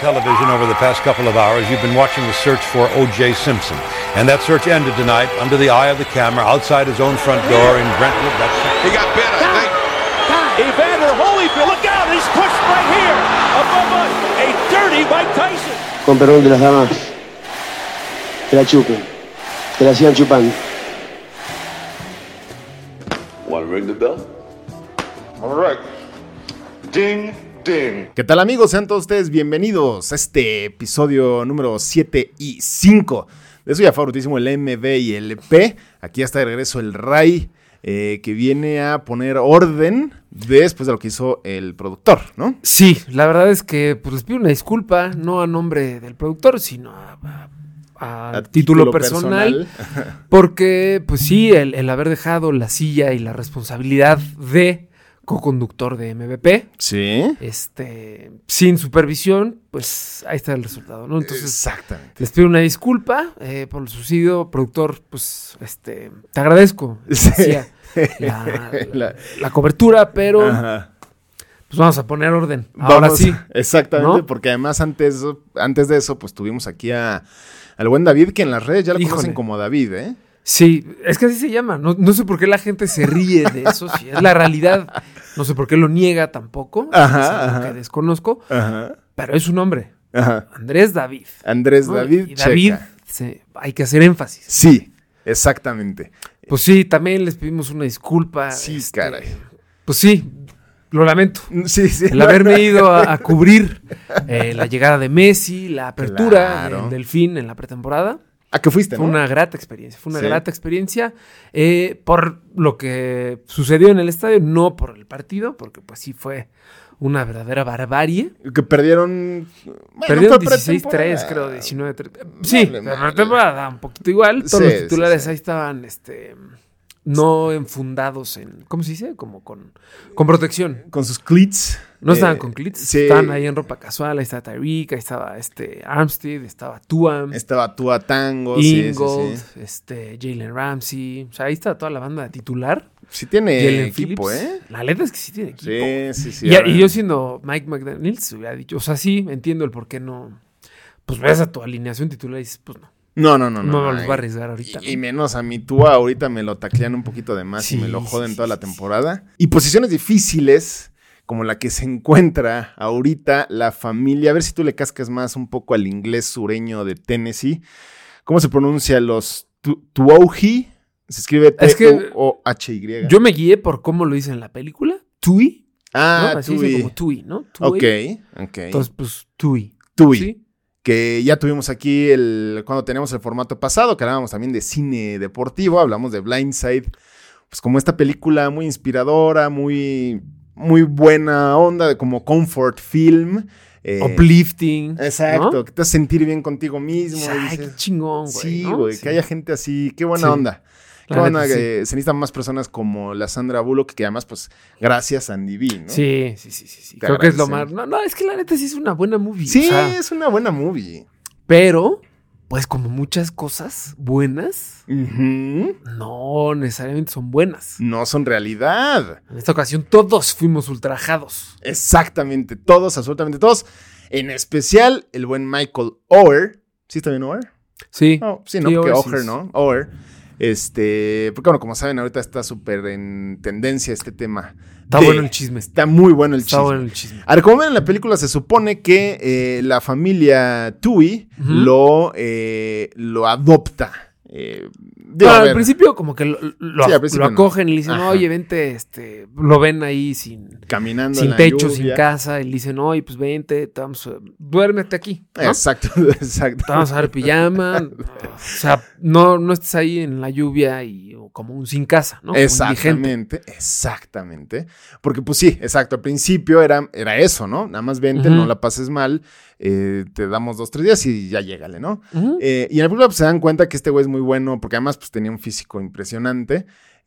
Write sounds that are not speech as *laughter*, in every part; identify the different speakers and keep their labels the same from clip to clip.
Speaker 1: television over the past couple of hours, you've been watching the search for O.J. Simpson. And that search ended tonight under the eye of the camera outside his own front door in Brentwood. That's-
Speaker 2: He got bit, I think.
Speaker 3: Evander Holyfield, look out! He's pushed right here above us. A dirty Mike Tyson.
Speaker 4: con perdón de las damas, que la chupen, que la sigan chupando.
Speaker 5: Want to ring the bell?
Speaker 6: All right. Ding, ding.
Speaker 7: ¿Qué tal amigos? Sean todos ustedes bienvenidos a este episodio número 7 y 5. De eso ya favoritísimo el MB y el P. Aquí ya está de regreso el Ray, eh, que viene a poner orden después de lo que hizo el productor, ¿no?
Speaker 8: Sí, la verdad es que pues les pido una disculpa, no a nombre del productor, sino a, a- a título, personal, porque pues sí, el, el haber dejado la silla y la responsabilidad de co-conductor de MVP,
Speaker 7: *laughs* Sí.
Speaker 8: este, sin supervisión, pues ahí está el resultado, ¿no? Entonces,
Speaker 7: Exactamente.
Speaker 8: les pido una disculpa eh, por el suicidio, productor, pues este, te agradezco
Speaker 7: Sí.
Speaker 8: decía,
Speaker 7: *laughs*
Speaker 8: la,
Speaker 7: La-
Speaker 8: la cobertura, pero
Speaker 7: Ajá.
Speaker 8: pues vamos a poner orden. Ahora
Speaker 7: Vamos-
Speaker 8: sí.
Speaker 7: *laughs* Exactamente,
Speaker 8: ¿no?
Speaker 7: porque además antes, antes de eso, pues tuvimos aquí a, al buen David, que en las redes ya lo
Speaker 8: Híjole.
Speaker 7: conocen como David, ¿eh?
Speaker 8: Sí, es que así se llama. No, no sé por qué la gente se ríe de eso. sí, es la realidad. No sé por qué lo niega tampoco.
Speaker 7: Ajá,
Speaker 8: es algo
Speaker 7: ajá.
Speaker 8: que desconozco.
Speaker 7: Ajá.
Speaker 8: Pero es un hombre.
Speaker 7: Ajá.
Speaker 8: Andrés David.
Speaker 7: Andrés
Speaker 8: ¿no?
Speaker 7: David,
Speaker 8: Y David,
Speaker 7: Checa.
Speaker 8: se- hay que hacer énfasis.
Speaker 7: Sí, exactamente.
Speaker 8: Pues sí, también les pedimos una disculpa.
Speaker 7: Sí,
Speaker 8: este,
Speaker 7: caray.
Speaker 8: Pues sí, lo lamento.
Speaker 7: Sí, sí.
Speaker 8: El
Speaker 7: *laughs*
Speaker 8: haberme ido a, a cubrir eh, la llegada de Messi, la apertura
Speaker 7: Claro.
Speaker 8: del Delfín en la pretemporada.
Speaker 7: ¿A que fuiste,
Speaker 8: Fue
Speaker 7: no?
Speaker 8: una grata experiencia, fue una
Speaker 7: Sí.
Speaker 8: grata experiencia eh, por lo que sucedió en el estadio, no por el partido, porque pues sí fue una verdadera barbarie.
Speaker 7: Que perdieron... bueno,
Speaker 8: Perdieron
Speaker 7: fue
Speaker 8: 16-3,
Speaker 7: pretemporada.
Speaker 8: creo, 19-3. Eh, Sí,
Speaker 7: Vale,
Speaker 8: la
Speaker 7: madre.
Speaker 8: pretemporada da un poquito igual. Todos
Speaker 7: Sí,
Speaker 8: los
Speaker 7: sí,
Speaker 8: titulares
Speaker 7: sí.
Speaker 8: ahí estaban, este, no enfundados en, ¿cómo se dice? Como con, con protección.
Speaker 7: Con sus clits.
Speaker 8: No estaban
Speaker 7: eh,
Speaker 8: con clits,
Speaker 7: sí.
Speaker 8: estaban ahí en ropa casual, ahí estaba Tyreek, ahí estaba este Armstead, estaba Tuam.
Speaker 7: Estaba Tua Tango.
Speaker 8: Ingold,
Speaker 7: Sí, sí, sí.
Speaker 8: este, Jalen Ramsey. O sea, ahí está toda la banda titular.
Speaker 7: Sí tiene
Speaker 8: Jalen
Speaker 7: equipo,
Speaker 8: Phillips.
Speaker 7: ¿eh?
Speaker 8: La neta es que sí tiene equipo.
Speaker 7: Sí, sí, sí.
Speaker 8: y,
Speaker 7: ahora-
Speaker 8: y yo siendo Mike McDaniels hubiera dicho, o sea, sí, entiendo el por qué no. Pues ves a tu alineación titular y dices, pues no,
Speaker 7: No, no, no.
Speaker 8: no,
Speaker 7: No,
Speaker 8: los
Speaker 7: y-
Speaker 8: va a arriesgar ahorita.
Speaker 7: Y, y
Speaker 8: ¿no?
Speaker 7: menos a mi Tua, ahorita me lo taclean un poquito de más y
Speaker 8: Sí,
Speaker 7: me lo joden
Speaker 8: sí,
Speaker 7: toda
Speaker 8: sí,
Speaker 7: la
Speaker 8: sí.
Speaker 7: temporada. Y posiciones difíciles, como la que se encuentra ahorita la familia. A ver si tú le cascas más un poco al inglés sureño de Tennessee. ¿Cómo se pronuncia los Tu- Tuohi? Se escribe
Speaker 8: Es que-
Speaker 7: T-O-H-Y.
Speaker 8: Yo me guié por cómo lo dice en la película. Tui.
Speaker 7: ah,
Speaker 8: ¿no? Así dice
Speaker 7: Tui.
Speaker 8: como Tui, ¿no? Tui.
Speaker 7: Ok, ok.
Speaker 8: Entonces, pues Tui.
Speaker 7: Tui.
Speaker 8: ¿sí?
Speaker 7: que ya tuvimos aquí el cuando teníamos el formato pasado, que hablábamos también de cine deportivo, hablamos de Blindside, pues como esta película muy inspiradora, muy muy buena onda, de como comfort film. eh,
Speaker 8: Uplifting.
Speaker 7: Exacto,
Speaker 8: ¿no?
Speaker 7: que te hace sentir bien contigo mismo. y
Speaker 8: Ay,
Speaker 7: dices,
Speaker 8: qué chingón, güey.
Speaker 7: sí,
Speaker 8: ¿no?
Speaker 7: güey,
Speaker 8: Sí.
Speaker 7: que haya gente así, qué buena
Speaker 8: Sí.
Speaker 7: onda. Qué
Speaker 8: La
Speaker 7: buena,
Speaker 8: neta, sí.
Speaker 7: eh, se necesitan más personas como la Sandra Bullock, que además, pues, gracias a Andy B, ¿no?
Speaker 8: Sí, sí, sí, sí. sí.
Speaker 7: Te
Speaker 8: Creo que es lo más.
Speaker 7: agradecemos.
Speaker 8: No, no, es que la neta sí es una buena movie.
Speaker 7: Sí,
Speaker 8: o sea,
Speaker 7: es una buena movie.
Speaker 8: pero, pues como muchas cosas buenas,
Speaker 7: Ujú.
Speaker 8: no necesariamente son buenas.
Speaker 7: No son realidad.
Speaker 8: En esta ocasión todos fuimos ultrajados.
Speaker 7: Exactamente, todos, absolutamente todos. En especial el buen Michael Oher. ¿Sí está bien Oher?
Speaker 8: Sí.
Speaker 7: No, sí, no,
Speaker 8: Sí,
Speaker 7: porque
Speaker 8: Oher sí
Speaker 7: Oher,
Speaker 8: es.
Speaker 7: ¿no? Oher. Este, porque bueno, como saben, ahorita está súper en tendencia este tema.
Speaker 8: Está
Speaker 7: de-
Speaker 8: bueno el chisme. Está,
Speaker 7: Está muy bueno el chisme. Ah,
Speaker 8: bueno el chisme.
Speaker 7: A ver, como ven en la película, se supone que eh, la familia Tui
Speaker 8: Ujú.
Speaker 7: lo, eh, lo adopta. Eh, digo,
Speaker 8: Pero
Speaker 7: a
Speaker 8: Ah, al
Speaker 7: ver,
Speaker 8: principio, como que lo, lo-
Speaker 7: Sí, al
Speaker 8: lo
Speaker 7: principio no.
Speaker 8: acogen y le dicen,
Speaker 7: Ajá.
Speaker 8: oye, vente, este, lo ven ahí sin,
Speaker 7: caminando en
Speaker 8: sin
Speaker 7: la
Speaker 8: techo, sin
Speaker 7: lluvia.
Speaker 8: casa, y le dicen, oye, pues vente, te vamos a- duérmete aquí. ¿no?
Speaker 7: Exacto, *laughs* exacto.
Speaker 8: Te vamos a dar
Speaker 7: *laughs*
Speaker 8: pijama. no, o sea, no, no estés ahí en la lluvia y o como un sin casa, ¿no? Como indigente.
Speaker 7: Exactamente, exactamente. Porque pues sí, exacto, al principio era, era eso, ¿no? Nada más vente,
Speaker 8: Ujú.
Speaker 7: no la pases mal, eh, te damos dos, tres días y ya llégale, ¿no?
Speaker 8: Ujú.
Speaker 7: Eh, y en la película pues, se dan cuenta que este güey es muy bueno, porque además pues tenía un físico impresionante,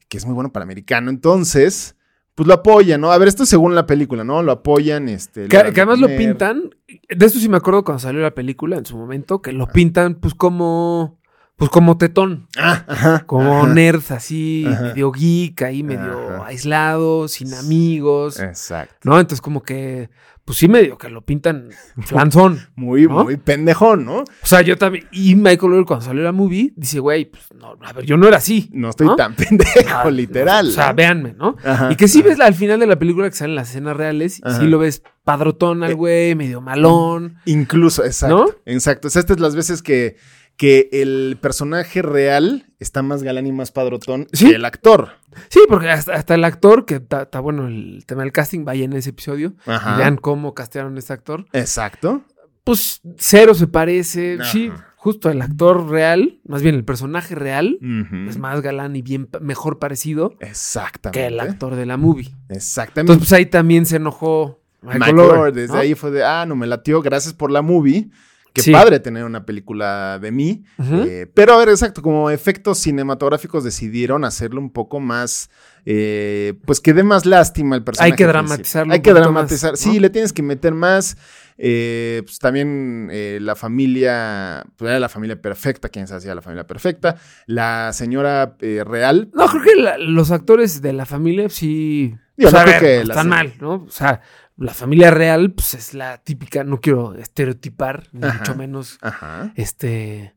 Speaker 7: que es muy bueno para americano, entonces... Pues lo apoyan, ¿no? A ver, esto según la película, ¿no? Lo apoyan, este...
Speaker 8: Que,
Speaker 7: dan
Speaker 8: que
Speaker 7: de
Speaker 8: además lo
Speaker 7: comer.
Speaker 8: pintan. De esto sí me acuerdo cuando salió la película en su momento, que lo pintan, pues, como. Pues como tetón,
Speaker 7: Ah, ajá.
Speaker 8: como
Speaker 7: ajá,
Speaker 8: nerd así,
Speaker 7: Ajá.
Speaker 8: medio geek, ahí medio
Speaker 7: Ajá. Eh.
Speaker 8: aislado, sin amigos,
Speaker 7: Exacto.
Speaker 8: ¿no? Entonces como que, pues sí medio que lo pintan flanzón.
Speaker 7: Muy,
Speaker 8: ¿No?
Speaker 7: muy pendejón, ¿no?
Speaker 8: O sea, yo también, y Michael Lawyer cuando salió la movie, dice, güey, pues no, a ver, yo no era así.
Speaker 7: No estoy
Speaker 8: ¿no?
Speaker 7: tan *laughs* pendejo,
Speaker 8: Ah,
Speaker 7: literal.
Speaker 8: O sea,
Speaker 7: ¿no?
Speaker 8: véanme, ¿no?
Speaker 7: Ajá.
Speaker 8: y que sí ves la- al final de la película que salen las escenas reales, y
Speaker 7: Ajá. Eh,
Speaker 8: sí lo ves padrotón al güey, medio malón.
Speaker 7: Incluso, exacto.
Speaker 8: ¿No?
Speaker 7: Exacto. O sea, estas las veces que, que el personaje real está más galán y más padrotón
Speaker 8: Sí.
Speaker 7: que el actor.
Speaker 8: Sí, porque hasta, hasta el actor, que está está bueno el tema del casting, vaya en ese episodio,
Speaker 7: Ajá.
Speaker 8: y vean cómo castearon a este actor.
Speaker 7: Exacto.
Speaker 8: Pues cero se parece,
Speaker 7: Ajá.
Speaker 8: sí, justo el actor real, más bien el personaje real,
Speaker 7: Ujú.
Speaker 8: es más galán y bien pa- mejor parecido
Speaker 7: Exactamente.
Speaker 8: que el actor de la movie.
Speaker 7: Exactamente.
Speaker 8: Entonces, pues ahí también se enojó Michael,
Speaker 7: Michael
Speaker 8: Lord,
Speaker 7: Lord, desde
Speaker 8: ¿no?
Speaker 7: ahí fue de, ah, no me latió, gracias por la movie. Qué
Speaker 8: Sí.
Speaker 7: padre tener una película de mí.
Speaker 8: Ujú.
Speaker 7: Eh, pero a ver, exacto, como efectos cinematográficos decidieron hacerlo un poco más, eh, pues que dé más lástima al personaje.
Speaker 8: Hay que
Speaker 7: principal.
Speaker 8: dramatizarlo
Speaker 7: Hay
Speaker 8: un
Speaker 7: que
Speaker 8: poquito
Speaker 7: dramatizar.
Speaker 8: más,
Speaker 7: Sí,
Speaker 8: ¿no?
Speaker 7: le tienes que meter más. Eh, pues también eh, la familia, pues era la familia perfecta, quien se hacía la familia perfecta. La señora eh, real.
Speaker 8: No, creo que la- los actores de la familia pues, sí
Speaker 7: Digo,
Speaker 8: o
Speaker 7: no
Speaker 8: sea, a
Speaker 7: creo
Speaker 8: ver, pues,
Speaker 7: que la
Speaker 8: están
Speaker 7: se-
Speaker 8: mal, ¿no? O sea, la familia real pues es la típica, no quiero estereotipar, ni
Speaker 7: Ajá.
Speaker 8: mucho menos
Speaker 7: Ajá.
Speaker 8: este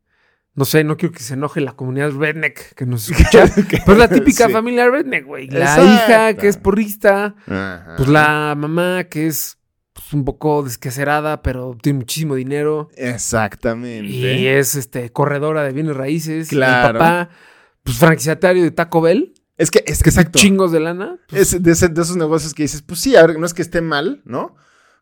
Speaker 8: no sé, no quiero que se enoje la comunidad redneck
Speaker 7: *laughs*
Speaker 8: que nos escucha, pero es Pues la típica
Speaker 7: Sí.
Speaker 8: familia redneck, güey. La
Speaker 7: Exacto.
Speaker 8: hija que es porrista,
Speaker 7: Ajá.
Speaker 8: pues la mamá que es pues, un poco desquecerada, pero tiene muchísimo dinero
Speaker 7: Exactamente.
Speaker 8: y es este corredora de bienes raíces,
Speaker 7: Claro.
Speaker 8: el papá pues franquiciatario de Taco Bell,
Speaker 7: Es que, es que exacto.
Speaker 8: chingos de lana,
Speaker 7: Es de, ese- de esos negocios que dices, pues sí, a ver, no es que esté mal, ¿no?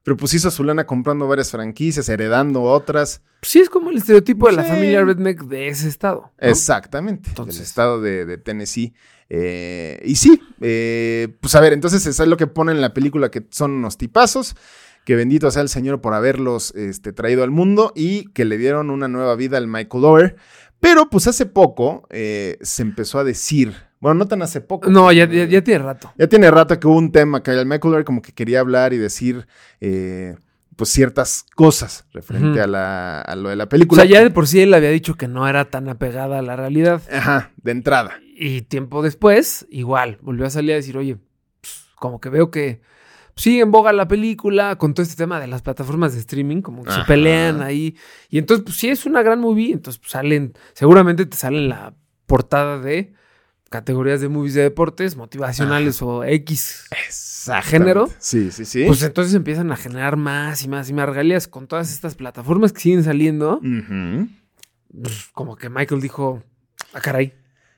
Speaker 7: Pero pues hizo a Zulana comprando varias franquicias, heredando otras.
Speaker 8: Pues sí, es como el estereotipo de la
Speaker 7: Sí.
Speaker 8: familia redneck de ese estado. ¿no?
Speaker 7: Exactamente.
Speaker 8: Entonces.
Speaker 7: Del estado de, de Tennessee. Eh, y sí, eh, pues a ver, entonces eso es lo que ponen en la película, que son unos tipazos, que bendito sea el Señor por haberlos este, traído al mundo y que le dieron una nueva vida al Michael Doerr. Pero pues hace poco eh, se empezó a decir, bueno, no tan hace poco.
Speaker 8: No, ya,
Speaker 7: porque-
Speaker 8: ya, ya tiene rato.
Speaker 7: Ya tiene rato que hubo un tema que el Michael Doerr como que quería hablar y decir eh, pues ciertas cosas referente
Speaker 8: Ujú.
Speaker 7: a, la, a lo de la
Speaker 8: O
Speaker 7: película.
Speaker 8: sea, ya de por sí él había dicho que no era tan apegada a la realidad.
Speaker 7: Ajá, de entrada.
Speaker 8: Y tiempo después, igual, volvió a salir a decir, oye, pues, como que veo que sigue en boga la película con todo este tema de las plataformas de streaming, como que se
Speaker 7: Ajá.
Speaker 8: pelean ahí. Y entonces, pues sí es una gran movie, entonces pues, salen, seguramente te salen la portada de categorías de movies de deportes, motivacionales o X
Speaker 7: Exacto.
Speaker 8: ¿Género?
Speaker 7: Sí, sí, sí.
Speaker 8: Pues entonces empiezan a generar más y más y más regalías con todas estas plataformas que siguen saliendo.
Speaker 7: Ujú.
Speaker 8: Pues, como que Michael dijo, ah, caray.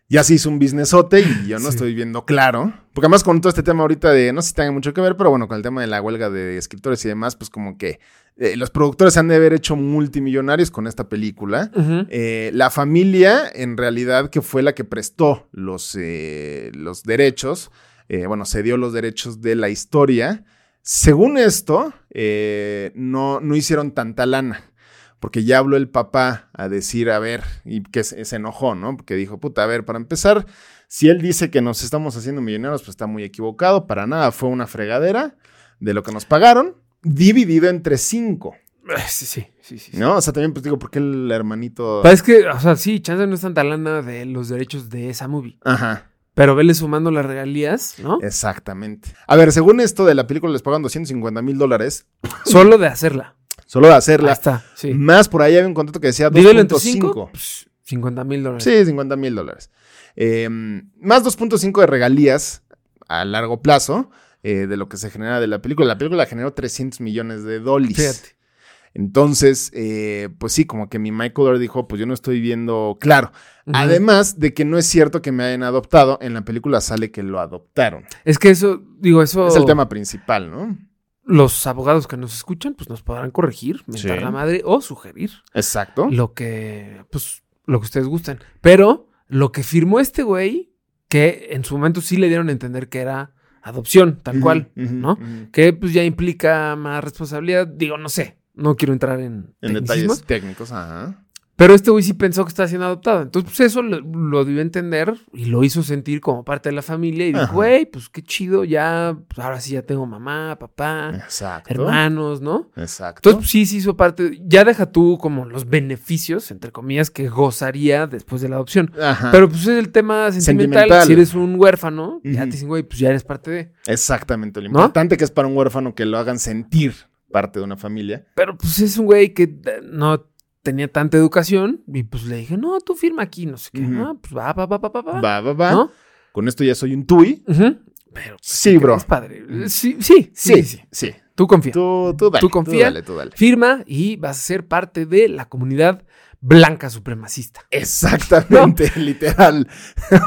Speaker 7: Ya se hizo un businessote y yo no
Speaker 8: Sí.
Speaker 7: estoy viendo claro. Porque además con todo este tema ahorita de, no sé si tenga mucho que ver, pero bueno, con el tema de la huelga de escritores y demás, pues como que eh, los productores se han de haber hecho multimillonarios con esta película. Eh, la familia, en realidad, que fue la que prestó los, eh, los derechos, eh, bueno, se dio los derechos de la historia. Según esto, eh, no, no hicieron tanta lana. Porque ya habló el papá a decir, a ver, y que se, se enojó, ¿no? Porque dijo, puta, a ver, para empezar, si él dice que nos estamos haciendo millonarios, pues está muy equivocado, para nada, fue una fregadera de lo que nos pagaron, dividido entre cinco,
Speaker 8: Sí, sí, sí, sí.
Speaker 7: ¿no? O sea, también pues digo, porque el hermanito...
Speaker 8: Pero es que, o sea, sí, chance no es tanta lana de los derechos de esa movie.
Speaker 7: Ajá.
Speaker 8: Pero vele sumando las regalías, ¿no?
Speaker 7: Eh, Exactamente. A ver, según esto de la película les pagan 250 mil dólares
Speaker 8: Solo de hacerla.
Speaker 7: solo de
Speaker 8: Ahí
Speaker 7: hacerla. Mm,
Speaker 8: está, sí.
Speaker 7: Más por ahí había un contrato que decía
Speaker 8: Dígalo entre cinco,
Speaker 7: 2.5.
Speaker 8: pues, 50 mil dólares.
Speaker 7: Sí, 50 mil dólares. Eh, más 2.5 de regalías a largo plazo eh, de lo que se genera de la película. La película generó 300 millones de dólares.
Speaker 8: Fíjate.
Speaker 7: Entonces, eh, pues sí, como que mi Michael Orr dijo, pues yo no estoy viendo claro.
Speaker 8: Ujú.
Speaker 7: Además de que no es cierto que me hayan adoptado, en la película sale que lo adoptaron.
Speaker 8: Es que eso, digo, eso.
Speaker 7: Es el tema principal, ¿no?
Speaker 8: Los abogados que nos escuchan, pues nos podrán corregir, mentar
Speaker 7: Sí.
Speaker 8: la madre o sugerir.
Speaker 7: Exacto.
Speaker 8: lo que, pues, lo que ustedes gusten. Pero lo que firmó este güey, que en su momento sí le dieron a entender que era adopción, tal cual,
Speaker 7: Ujú, ujú,
Speaker 8: ¿no?
Speaker 7: ujú.
Speaker 8: Que pues ya implica más responsabilidad. Digo, no sé, no quiero entrar en,
Speaker 7: En
Speaker 8: tecnicismos,
Speaker 7: detalles técnicos, ajá.
Speaker 8: Pero este güey sí pensó que estaba siendo adoptado. Entonces, pues eso lo, lo dio a entender y lo hizo sentir como parte de la familia. Y dijo,
Speaker 7: Ajá.
Speaker 8: güey, pues qué chido, ya, pues ahora sí ya tengo mamá, papá,
Speaker 7: Exacto.
Speaker 8: hermanos, ¿no?
Speaker 7: Exacto.
Speaker 8: Entonces, pues, sí, sí hizo parte. Ya deja tú como los beneficios, entre comillas, que gozaría después de la adopción.
Speaker 7: Ajá.
Speaker 8: Pero pues es el tema sentimental.
Speaker 7: Sentimental.
Speaker 8: Si eres un huérfano, ya te
Speaker 7: Ujú.
Speaker 8: dicen, güey, pues ya eres parte de.
Speaker 7: Exactamente. Lo
Speaker 8: ¿No?
Speaker 7: importante que es para un huérfano que lo hagan sentir parte de una familia.
Speaker 8: Pero pues es un güey que eh, no tenía tanta educación y pues le dije, no, tú firma aquí, no sé qué.
Speaker 7: Ujú.
Speaker 8: No, pues va, va, va, va, va. va.
Speaker 7: Va, va, va.
Speaker 8: ¿No?
Speaker 7: Con esto ya soy un tui.
Speaker 8: Ujú. Pero pues,
Speaker 7: Sí,
Speaker 8: ¿qué
Speaker 7: bro.
Speaker 8: crees, padre. Eh, Sí, sí, sí, sí.
Speaker 7: sí.
Speaker 8: Tú confía.
Speaker 7: Tú, tú dale.
Speaker 8: Tú confía.
Speaker 7: dale, tú dale.
Speaker 8: Firma y vas a ser parte de la comunidad blanca supremacista.
Speaker 7: Exactamente, *laughs* literal.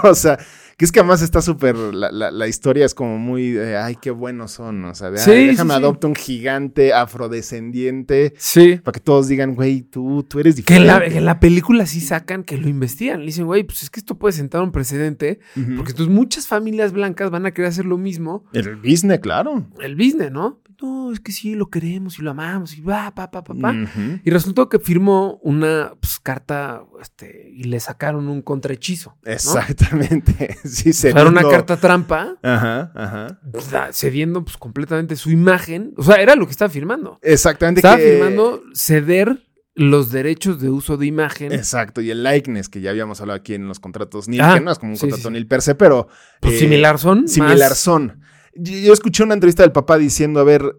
Speaker 7: o sea, que es que además está súper. La, la- la historia es como muy. de, ay, qué buenos son. O sea, de, ay,
Speaker 8: Sí, sí,
Speaker 7: déjame
Speaker 8: sí.
Speaker 7: adopto un gigante afrodescendiente.
Speaker 8: Sí.
Speaker 7: Para que todos digan, güey, tú, tú eres
Speaker 8: Que en la,
Speaker 7: diferente.
Speaker 8: que en la película sí sacan que lo investigan. Le dicen, güey, pues es que esto puede sentar un precedente.
Speaker 7: Ujú.
Speaker 8: Porque entonces muchas familias blancas van a querer hacer lo mismo.
Speaker 7: El business, claro.
Speaker 8: El business, ¿no? No, es que sí, lo queremos y lo amamos y va, pa, pa, pa, pa.
Speaker 7: Ujú.
Speaker 8: Y resultó que firmó una pues, carta este, y le sacaron un contrahechizo. ¿no?
Speaker 7: Exactamente. *laughs* Sí,
Speaker 8: O
Speaker 7: se
Speaker 8: sea, era una carta trampa,
Speaker 7: Ajá, ajá.
Speaker 8: pues, da- cediendo pues, completamente su imagen. O sea, era lo que estaba firmando.
Speaker 7: Exactamente.
Speaker 8: Estaba
Speaker 7: que-
Speaker 8: firmando ceder los derechos de uso de imagen. pues,
Speaker 7: Exacto, y el likeness que ya habíamos hablado aquí en los contratos NIL,
Speaker 8: Ah,
Speaker 7: que no es como un
Speaker 8: sí,
Speaker 7: contrato
Speaker 8: sí, sí.
Speaker 7: NIL per se, pero
Speaker 8: Pues,
Speaker 7: eh,
Speaker 8: similar son. más-
Speaker 7: similar son. Yo, yo escuché una entrevista del papá diciendo, a ver,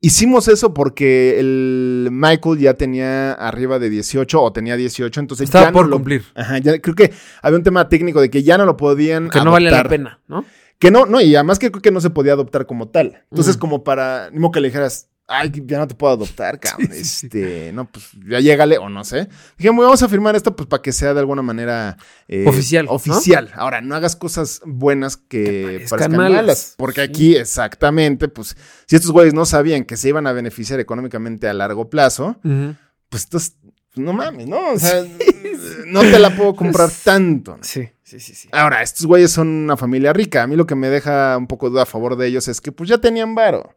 Speaker 7: hicimos eso porque el Michael ya tenía arriba de 18 o tenía 18, entonces
Speaker 8: Estaba
Speaker 7: Este, ya no
Speaker 8: por
Speaker 7: lo-
Speaker 8: cumplir.
Speaker 7: Ajá, ya creo que había un tema técnico de que ya no lo podían
Speaker 8: Que no vale la
Speaker 7: adoptar.
Speaker 8: pena, ¿no?
Speaker 7: Que no, no, y además que creo que no se podía adoptar como tal. Entonces,
Speaker 8: Mm.
Speaker 7: como para, ni modo que le dijeras, ay, ya no te puedo adoptar, cabrón.
Speaker 8: *laughs* Sí, sí, sí.
Speaker 7: este, no, pues ya llégale, o no sé. Dije, "Bueno, vamos a firmar esto, pues para que sea de alguna manera eh,
Speaker 8: Oficial, ¿no?
Speaker 7: Oficial. Ahora, no hagas cosas buenas que
Speaker 8: parezcan
Speaker 7: parezcan,
Speaker 8: malas.
Speaker 7: malas. Porque
Speaker 8: Sí.
Speaker 7: aquí, exactamente, pues, si estos güeyes no sabían que se iban a beneficiar económicamente a largo plazo,
Speaker 8: Ujú.
Speaker 7: pues entonces, no mames, ¿no? O sea, *laughs* no te la puedo comprar tanto. ¿no?
Speaker 8: Sí, sí, sí, sí.
Speaker 7: Ahora, estos güeyes son una familia rica. A mí lo que me deja un poco de duda a favor de ellos es que pues ya tenían varo.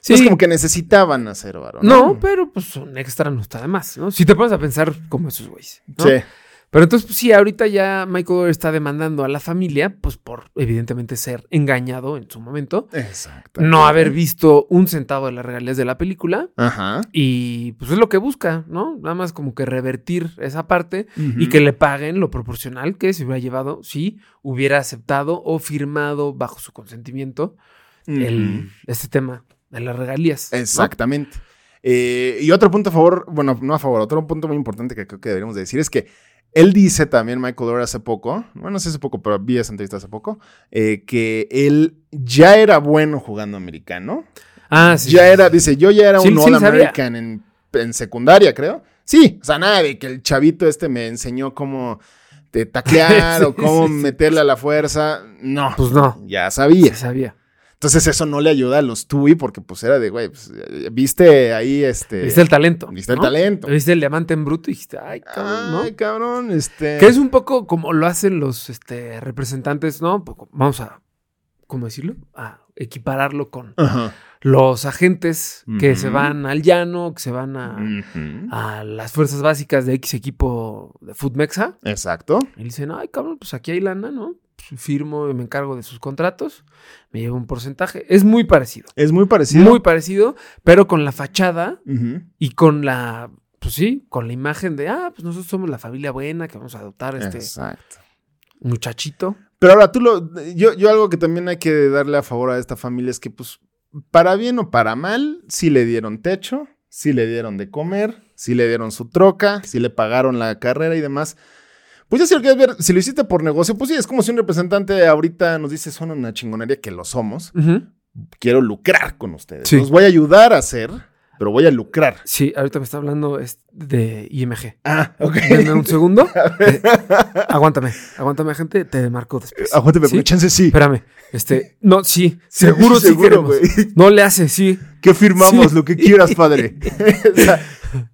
Speaker 8: Sí,
Speaker 7: Es como que necesitaban hacer varo.
Speaker 8: No, pero pues un extra no está de más, ¿no? Si te pones a pensar como esos güeyes. ¿no?
Speaker 7: Sí.
Speaker 8: Pero entonces, pues, sí, ahorita ya Michael Gore está demandando a la familia, pues por evidentemente ser engañado en su momento,
Speaker 7: Exacto.
Speaker 8: no haber visto un centavo de las regalías de la película.
Speaker 7: Ajá.
Speaker 8: Y pues es lo que busca, ¿no? Nada más como que revertir esa parte y
Speaker 7: Ujú.
Speaker 8: que le paguen lo proporcional que se hubiera llevado si hubiera aceptado o firmado bajo su consentimiento el,
Speaker 7: Ujú.
Speaker 8: este tema de las regalías. ¿no?
Speaker 7: Exactamente. Eh, y otro punto a favor, bueno, no a favor, otro punto muy importante que creo que deberíamos de decir es que él dice también, Michael Dora, hace poco, bueno, no sé hace poco, pero vi esa entrevista hace poco, eh, que él ya era bueno jugando americano.
Speaker 8: Ah, sí.
Speaker 7: ya
Speaker 8: sí,
Speaker 7: era,
Speaker 8: sí.
Speaker 7: dice, yo ya era
Speaker 8: Sí,
Speaker 7: un
Speaker 8: sí,
Speaker 7: All
Speaker 8: sabía.
Speaker 7: American en, en secundaria, creo. Sí, o sea, nada de que el chavito este me enseñó cómo te taclear
Speaker 8: *laughs* Sí,
Speaker 7: o cómo
Speaker 8: sí, sí.
Speaker 7: meterle a la fuerza. No,
Speaker 8: Pues no,
Speaker 7: ya
Speaker 8: ya
Speaker 7: sabía.
Speaker 8: sabía.
Speaker 7: Entonces eso no le ayuda a los Tui porque pues era de, güey, pues, eh, viste ahí este...
Speaker 8: Viste el talento.
Speaker 7: viste el
Speaker 8: ¿no?
Speaker 7: talento.
Speaker 8: Viste el diamante en bruto y dijiste, ay, cabrón, ¿no?
Speaker 7: Ay, cabrón, este...
Speaker 8: Que es un poco como lo hacen los este, representantes, ¿no? Un poco- vamos a, ¿cómo decirlo? A equipararlo con
Speaker 7: Ajá.
Speaker 8: los agentes que se
Speaker 7: Ujú.
Speaker 8: van al llano, que se van a,
Speaker 7: Ujú.
Speaker 8: a las fuerzas básicas de X equipo de Foodmexa.
Speaker 7: Exacto.
Speaker 8: Y dicen, ay, cabrón, pues aquí hay lana, ¿no? Pues firmo y me encargo de sus contratos, me llevo un porcentaje. Es muy parecido.
Speaker 7: Es muy parecido.
Speaker 8: Muy parecido, pero con la fachada
Speaker 7: Ujú.
Speaker 8: y con la, pues sí, con la imagen de, ah, pues nosotros somos la familia buena que vamos a adoptar a este
Speaker 7: Exacto.
Speaker 8: muchachito.
Speaker 7: Pero ahora tú lo. Yo, yo algo que también hay que darle a favor a esta familia es que, pues, para bien o para mal, sí le dieron techo, sí le dieron de comer, sí le dieron su troca, sí le pagaron la carrera y demás. Pues ya si lo quieres ver, si lo hiciste por negocio, pues sí, es como si un representante ahorita nos dice, son una chingonería que lo somos.
Speaker 8: Ujú.
Speaker 7: Quiero lucrar con ustedes.
Speaker 8: Sí.
Speaker 7: Los voy a ayudar a hacer, pero voy a lucrar.
Speaker 8: Sí, ahorita me está hablando es- de IMG.
Speaker 7: Ah, ok. *laughs*
Speaker 8: Dame un segundo. Eh, aguántame, aguántame, gente. Te marco después.
Speaker 7: Aguántame,
Speaker 8: ¿Sí?
Speaker 7: por chance sí.
Speaker 8: Espérame. Este, no, sí, seguro sí queremos.
Speaker 7: güey.
Speaker 8: No le hace, sí.
Speaker 7: ¿Qué firmamos?
Speaker 8: Sí.
Speaker 7: Lo que quieras,
Speaker 8: *laughs*
Speaker 7: padre. *laughs* O sea,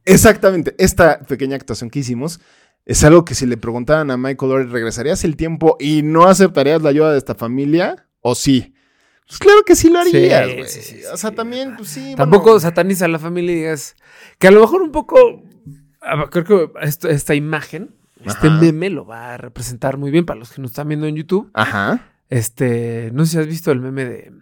Speaker 7: exactamente. Esta pequeña actuación que hicimos es algo que si le preguntaran a Michael Ory, ¿regresarías el tiempo y no aceptarías la ayuda de esta familia? ¿O sí? Pues claro que sí lo harías,
Speaker 8: Sí,
Speaker 7: güey.
Speaker 8: sí, sí,
Speaker 7: o
Speaker 8: sí,
Speaker 7: sea,
Speaker 8: sí.
Speaker 7: también, pues sí.
Speaker 8: Tampoco
Speaker 7: bueno.
Speaker 8: sataniza a la familia y digas que a lo mejor un poco ah, creo que esto- esta imagen, este
Speaker 7: Ajá.
Speaker 8: meme lo va a representar muy bien para los que nos están viendo en YouTube.
Speaker 7: Ajá.
Speaker 8: Este, no sé si has visto el meme de.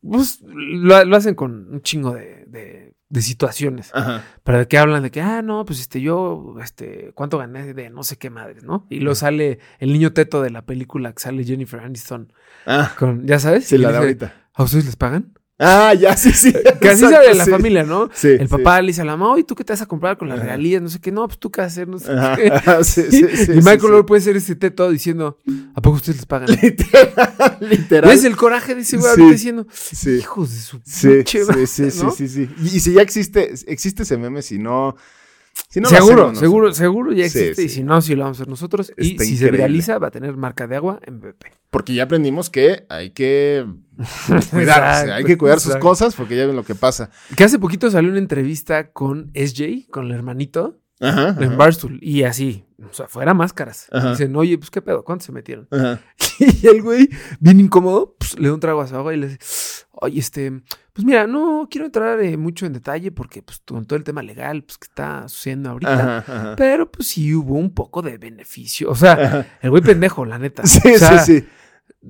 Speaker 8: pues, lo, lo hacen con un chingo de, de- de situaciones.
Speaker 7: Ajá.
Speaker 8: Pero de qué hablan de que, ah, no, pues este, yo, este, cuánto gané de no sé qué madres, ¿no? Y lo sale el niño teto de la película que sale Jennifer Aniston
Speaker 7: Ah,
Speaker 8: con, ya sabes,
Speaker 7: sí,
Speaker 8: Y
Speaker 7: la de
Speaker 8: dice,
Speaker 7: ahorita.
Speaker 8: ¿A ustedes
Speaker 7: *laughs*
Speaker 8: les pagan?
Speaker 7: Ah, ya, sí, sí.
Speaker 8: *laughs* Que así
Speaker 7: exacto,
Speaker 8: sale la
Speaker 7: sí.
Speaker 8: familia, ¿no?
Speaker 7: Sí,
Speaker 8: el
Speaker 7: sí.
Speaker 8: papá le dice a la mamá, oye, ¿tú qué te vas a comprar con las
Speaker 7: Ajá.
Speaker 8: regalías? No sé qué, no, pues tú qué vas a hacer, no sé
Speaker 7: Ajá,
Speaker 8: qué. *laughs*
Speaker 7: ajá, *laughs* sí, sí, sí,
Speaker 8: y
Speaker 7: sí,
Speaker 8: Michael
Speaker 7: sí.
Speaker 8: Lord puede ser este teto diciendo, ¿a poco ustedes les pagan?
Speaker 7: *laughs* Literal, literal.
Speaker 8: ¿Ves el coraje de ese güey
Speaker 7: Sí.
Speaker 8: ahorita diciendo,
Speaker 7: Sí.
Speaker 8: hijos de su
Speaker 7: Sí, *laughs*
Speaker 8: pinche
Speaker 7: sí,
Speaker 8: madre",
Speaker 7: sí, sí,
Speaker 8: ¿no?
Speaker 7: sí, sí. Y, y si ya existe, existe ese meme, si no. Si no lo
Speaker 8: seguro,
Speaker 7: hacemos
Speaker 8: seguro,
Speaker 7: nosotros.
Speaker 8: seguro ya
Speaker 7: Sí,
Speaker 8: existe. Y
Speaker 7: sí.
Speaker 8: si no, sí lo vamos a hacer nosotros. y si
Speaker 7: Está
Speaker 8: se
Speaker 7: increíble.
Speaker 8: realiza, va a tener marca de agua
Speaker 7: *laughs*
Speaker 8: en BP.
Speaker 7: Porque ya aprendimos que hay *laughs* que cuidar, hay que cuidar sus cosas porque ya ven lo que pasa.
Speaker 8: Que hace poquito salió una entrevista con SJ, con el hermanito,
Speaker 7: Ajá.
Speaker 8: en Barstool. Y así, o sea, fuera máscaras.
Speaker 7: Ajá.
Speaker 8: Dicen, oye, pues qué pedo, ¿cuántos se metieron?
Speaker 7: ajá.
Speaker 8: *laughs* Y el güey, bien incómodo, pues, le da un trago a su agua y le dice, oye, este, pues mira, no quiero entrar eh, mucho en detalle porque pues con todo el tema legal pues, que está sucediendo
Speaker 7: Ajá,
Speaker 8: ahorita.
Speaker 7: ajá.
Speaker 8: Pero pues sí hubo un poco de beneficio. O sea, el güey pendejo, la neta.
Speaker 7: *laughs* Sí,
Speaker 8: O sea,
Speaker 7: sí, sí.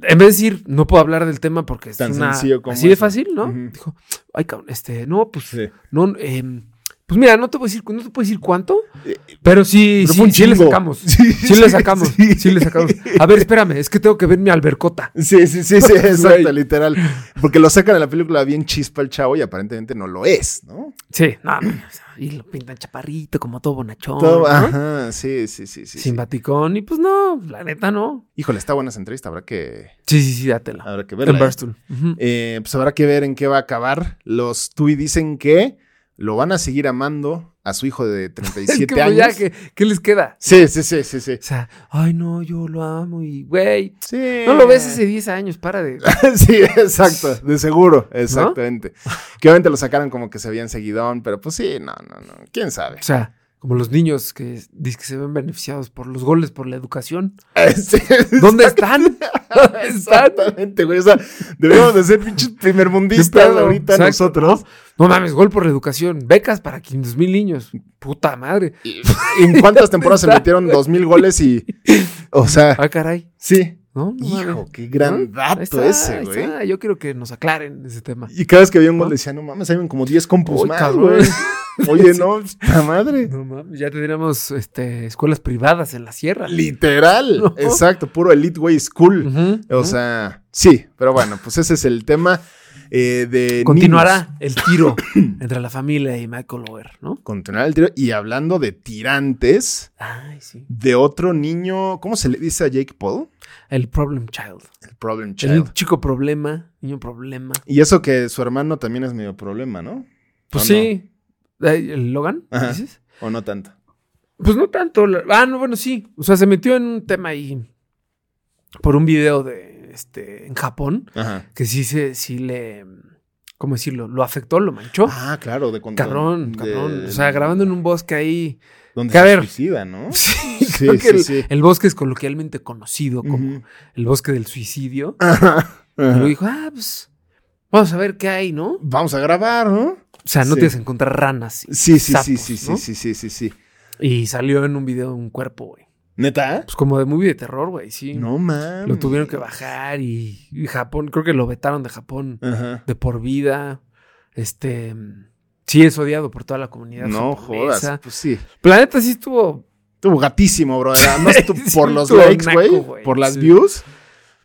Speaker 8: En vez de decir, no puedo hablar del tema porque es
Speaker 7: Tan
Speaker 8: una-
Speaker 7: sencillo como
Speaker 8: así de
Speaker 7: eso.
Speaker 8: fácil, ¿no?
Speaker 7: Ujú.
Speaker 8: Dijo, ay, cabrón, este, no, pues,
Speaker 7: Sí.
Speaker 8: no, em, pues mira, no te puedo decir, no te puedo decir cuánto, pero sí,
Speaker 7: Eh, Pero
Speaker 8: sí,
Speaker 7: fue un
Speaker 8: sí le
Speaker 7: chingo.
Speaker 8: sacamos,
Speaker 7: *laughs*
Speaker 8: sí,
Speaker 7: Sí,
Speaker 8: le
Speaker 7: sí,
Speaker 8: sacamos, sí.
Speaker 7: sí.
Speaker 8: le sacamos. A ver, espérame, es que tengo que ver mi albercota.
Speaker 7: Sí, sí, *laughs* sí, sí, exacto,
Speaker 8: Güey.
Speaker 7: literal. Porque lo sacan en la película bien chispa el chavo y aparentemente no lo es, ¿no?
Speaker 8: Sí, no, no, y lo pintan chaparrito como todo bonachón,
Speaker 7: Todo-
Speaker 8: ¿no?
Speaker 7: Ajá, sí, sí, sí, sí. sí.
Speaker 8: sin baticón y pues no, la neta no.
Speaker 7: Híjole, está buena esa entrevista, habrá que,
Speaker 8: Sí, sí, sí, dátela.
Speaker 7: habrá que
Speaker 8: En
Speaker 7: verla. ¿eh?
Speaker 8: Barstool. Ujú.
Speaker 7: Eh, pues habrá que ver en qué va a acabar. Los Tui dicen que lo van a seguir amando a su hijo
Speaker 8: *laughs*
Speaker 7: de
Speaker 8: Es
Speaker 7: 37
Speaker 8: que, pues,
Speaker 7: años.
Speaker 8: ya, ¿qué, ¿qué les queda?
Speaker 7: Sí, sí, sí, sí, sí.
Speaker 8: O sea, ay, no, yo lo amo y, güey,
Speaker 7: Sí.
Speaker 8: No lo ves hace 10 años, para de.
Speaker 7: *laughs* sí, exacto, de seguro, exactamente. Que obviamente lo sacaron como que se habían seguidón, pero pues sí, no, no, no, quién sabe. *laughs*
Speaker 8: O sea, como los niños que dicen que se ven beneficiados por los goles, por la educación.
Speaker 7: Sí,
Speaker 8: ¿Dónde
Speaker 7: *laughs*
Speaker 8: están? ¿Dónde están?
Speaker 7: Exactamente, güey. O sea, debemos de ser pinches primermundistas
Speaker 8: ¿Qué pedo?
Speaker 7: ahorita
Speaker 8: Exacto.
Speaker 7: nosotros.
Speaker 8: No mames, gol por la educación, becas para 500 mil niños. Puta madre.
Speaker 7: ¿En cuántas temporadas se metieron dos mil goles y. O sea,
Speaker 8: Ah, caray.
Speaker 7: sí.
Speaker 8: ¿No? no
Speaker 7: Hijo,
Speaker 8: mames.
Speaker 7: qué gran
Speaker 8: ¿No? Ahí
Speaker 7: dato
Speaker 8: está,
Speaker 7: ese,
Speaker 8: ahí
Speaker 7: güey.
Speaker 8: está. Yo quiero que nos aclaren ese tema.
Speaker 7: Y cada vez que había un gol decía, no mames, hay como 10 compus
Speaker 8: Uy,
Speaker 7: más,
Speaker 8: cabrón.
Speaker 7: güey.
Speaker 8: *laughs*
Speaker 7: Oye, no, la madre.
Speaker 8: No mames, ya tendríamos este, escuelas privadas en la
Speaker 7: *laughs*
Speaker 8: sierra.
Speaker 7: Literal.
Speaker 8: No.
Speaker 7: Exacto, puro Elite Way School.
Speaker 8: Ujú,
Speaker 7: O
Speaker 8: ujú.
Speaker 7: sea, sí, pero bueno, pues ese es el tema eh, de. niños.
Speaker 8: Continuará el
Speaker 7: *coughs*
Speaker 8: tiro entre la familia y Michael Lower, ¿no?
Speaker 7: Continuará el tiro. Y hablando de tirantes,
Speaker 8: Ay, sí.
Speaker 7: de otro niño, ¿cómo se le dice a Jake Paul?
Speaker 8: El problem child.
Speaker 7: El Problem
Speaker 8: El
Speaker 7: Child.
Speaker 8: chico problema, niño problema.
Speaker 7: Y eso que su hermano también es medio problema, ¿no?
Speaker 8: Pues
Speaker 7: ¿O
Speaker 8: sí. Ay, ¿El Logan?
Speaker 7: Ajá.
Speaker 8: dices?
Speaker 7: no? ¿O no tanto?
Speaker 8: Pues no tanto. la- Ah, no, bueno, sí. O sea, se metió en un tema ahí por un video de este en Japón
Speaker 7: Ajá.
Speaker 8: que sí se sí le ¿cómo decirlo? Lo afectó, lo manchó.
Speaker 7: Ah, claro, de cuando.
Speaker 8: cabrón,
Speaker 7: de-
Speaker 8: cabrón. O sea, grabando en un bosque ahí.
Speaker 7: Donde
Speaker 8: que a
Speaker 7: se
Speaker 8: ver.
Speaker 7: suicida, ¿no?
Speaker 8: *laughs* Sí,
Speaker 7: Sí,
Speaker 8: creo que
Speaker 7: sí,
Speaker 8: el,
Speaker 7: sí.
Speaker 8: el bosque es coloquialmente conocido como
Speaker 7: Ujú.
Speaker 8: el bosque del suicidio.
Speaker 7: Ajá.
Speaker 8: Y
Speaker 7: Ajá.
Speaker 8: luego dijo, ah, pues vamos a ver qué hay, ¿no? O
Speaker 7: Vamos a grabar, ¿no?
Speaker 8: sea, no
Speaker 7: Sí.
Speaker 8: te vas a encontrar ranas. y
Speaker 7: Sí, sí, sí,
Speaker 8: sapos,
Speaker 7: sí, sí,
Speaker 8: ¿no?
Speaker 7: sí, sí, sí, sí.
Speaker 8: Y salió en un video un cuerpo, güey.
Speaker 7: ¿Neta?
Speaker 8: Pues como de movie de terror, güey, sí.
Speaker 7: No mames.
Speaker 8: Lo tuvieron que bajar y, y Japón, creo que lo vetaron de Japón
Speaker 7: Ajá.
Speaker 8: de por vida. Este, sí es odiado por toda la comunidad.
Speaker 7: No
Speaker 8: japonesa.
Speaker 7: jodas. Pues sí.
Speaker 8: Planeta sí estuvo.
Speaker 7: Estuvo gatísimo, bro. Además, tú-
Speaker 8: *laughs* Sí,
Speaker 7: por los
Speaker 8: estuvo
Speaker 7: likes,
Speaker 8: naco,
Speaker 7: güey.
Speaker 8: güey,
Speaker 7: Por las
Speaker 8: sí.
Speaker 7: views.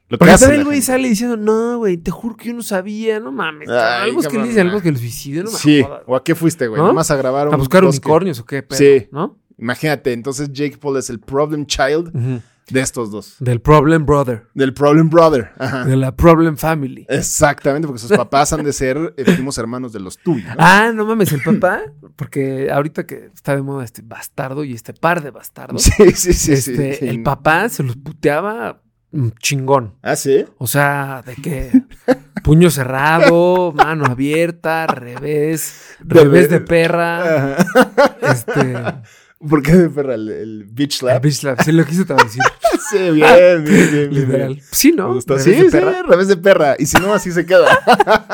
Speaker 7: Lo que
Speaker 8: Porque
Speaker 7: hace
Speaker 8: también
Speaker 7: la
Speaker 8: el güey
Speaker 7: gente.
Speaker 8: sale diciendo, no, güey, te juro que yo no sabía, no mames.
Speaker 7: Ay,
Speaker 8: algo que le
Speaker 7: cabrón,
Speaker 8: dicen,
Speaker 7: nah.
Speaker 8: algo que el suicidio, no me
Speaker 7: Sí.
Speaker 8: jodas.
Speaker 7: ¿O a qué fuiste, güey?
Speaker 8: ¿No?
Speaker 7: Nomás a grabar un
Speaker 8: A buscar
Speaker 7: bosque.
Speaker 8: unicornios o qué, pedo,
Speaker 7: Sí.
Speaker 8: ¿no?
Speaker 7: Imagínate, entonces Jake Paul es el problem child
Speaker 8: Ujú.
Speaker 7: de estos dos.
Speaker 8: Del Problem Brother,
Speaker 7: Del problem brother. Ajá.
Speaker 8: de la Problem Family.
Speaker 7: Eh. Exactamente, porque sus papás han de ser eh, *laughs* primos hermanos de los tuyos. ¿no?
Speaker 8: Ah, no mames,
Speaker 7: *laughs*
Speaker 8: el papá, porque ahorita que está de moda este bastardo y este par de bastardos,
Speaker 7: Sí, sí, sí, sí,
Speaker 8: este,
Speaker 7: sí.
Speaker 8: el papá se los puteaba mm, chingón.
Speaker 7: Ah, sí.
Speaker 8: O sea, de
Speaker 7: *laughs*
Speaker 8: que puño cerrado, mano abierta, revés,
Speaker 7: De
Speaker 8: revés de
Speaker 7: ver- Ah.
Speaker 8: perra.
Speaker 7: Ajá.
Speaker 8: Este,
Speaker 7: *laughs* ¿Por qué de perra el, el bitch
Speaker 8: La
Speaker 7: slap?
Speaker 8: bitch slap, se lo quiso traducir.
Speaker 7: *laughs* Sí, bien, bien, bien, bien, bien.
Speaker 8: Literal. Sí, ¿no?
Speaker 7: Me gustó.
Speaker 8: Revés
Speaker 7: Sí,
Speaker 8: de
Speaker 7: sí,
Speaker 8: perra.
Speaker 7: revés de perra. Y si no, así se
Speaker 8: *laughs*
Speaker 7: queda.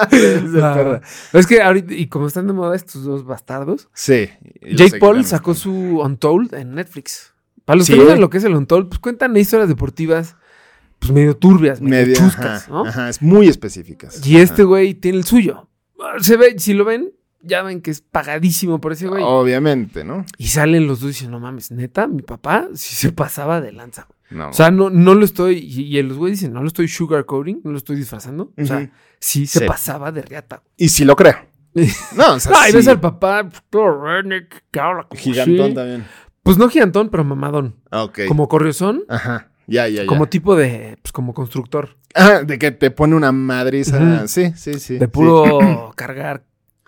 Speaker 7: revés de
Speaker 8: Ah,
Speaker 7: perra.
Speaker 8: Es que ahorita, y como están de moda estos dos bastardos,
Speaker 7: Sí. y los
Speaker 8: Jake Paul
Speaker 7: seguirán.
Speaker 8: sacó su Untold en Netflix. Para los que
Speaker 7: Sí.
Speaker 8: no saben lo que es el Untold, pues cuentan historias deportivas pues medio turbias, medio,
Speaker 7: Media-
Speaker 8: chuscas,
Speaker 7: ajá,
Speaker 8: ¿no?
Speaker 7: ajá, es muy específicas.
Speaker 8: Y este güey tiene el suyo. Se ve, si lo ven, ya ven que es pagadísimo por ese güey.
Speaker 7: Oh. Obviamente, ¿no?
Speaker 8: Y salen los dos y dicen, no mames, neta, mi papá sí se pasaba de lanza.
Speaker 7: No.
Speaker 8: O sea, no, no lo estoy, y, y los güeyes dicen, no lo estoy sugarcoating, no lo estoy disfrazando. O sea,
Speaker 7: Ujú.
Speaker 8: sí se
Speaker 7: Sí.
Speaker 8: pasaba de reata.
Speaker 7: y si lo creo. No, o sea,
Speaker 8: *laughs* Ay,
Speaker 7: sí.
Speaker 8: ves al papá, pues, todo redneck, que habla como
Speaker 7: Gigantón
Speaker 8: así.
Speaker 7: también.
Speaker 8: Pues no gigantón, pero mamadón.
Speaker 7: Ah, ok.
Speaker 8: Como corriozón,
Speaker 7: Ajá. Ya, ya, ya.
Speaker 8: como tipo de, pues como constructor.
Speaker 7: Ah, de que te pone una madriza.
Speaker 8: Ujú.
Speaker 7: Sí, sí, sí.
Speaker 8: de
Speaker 7: sí. *laughs*
Speaker 8: puro cargar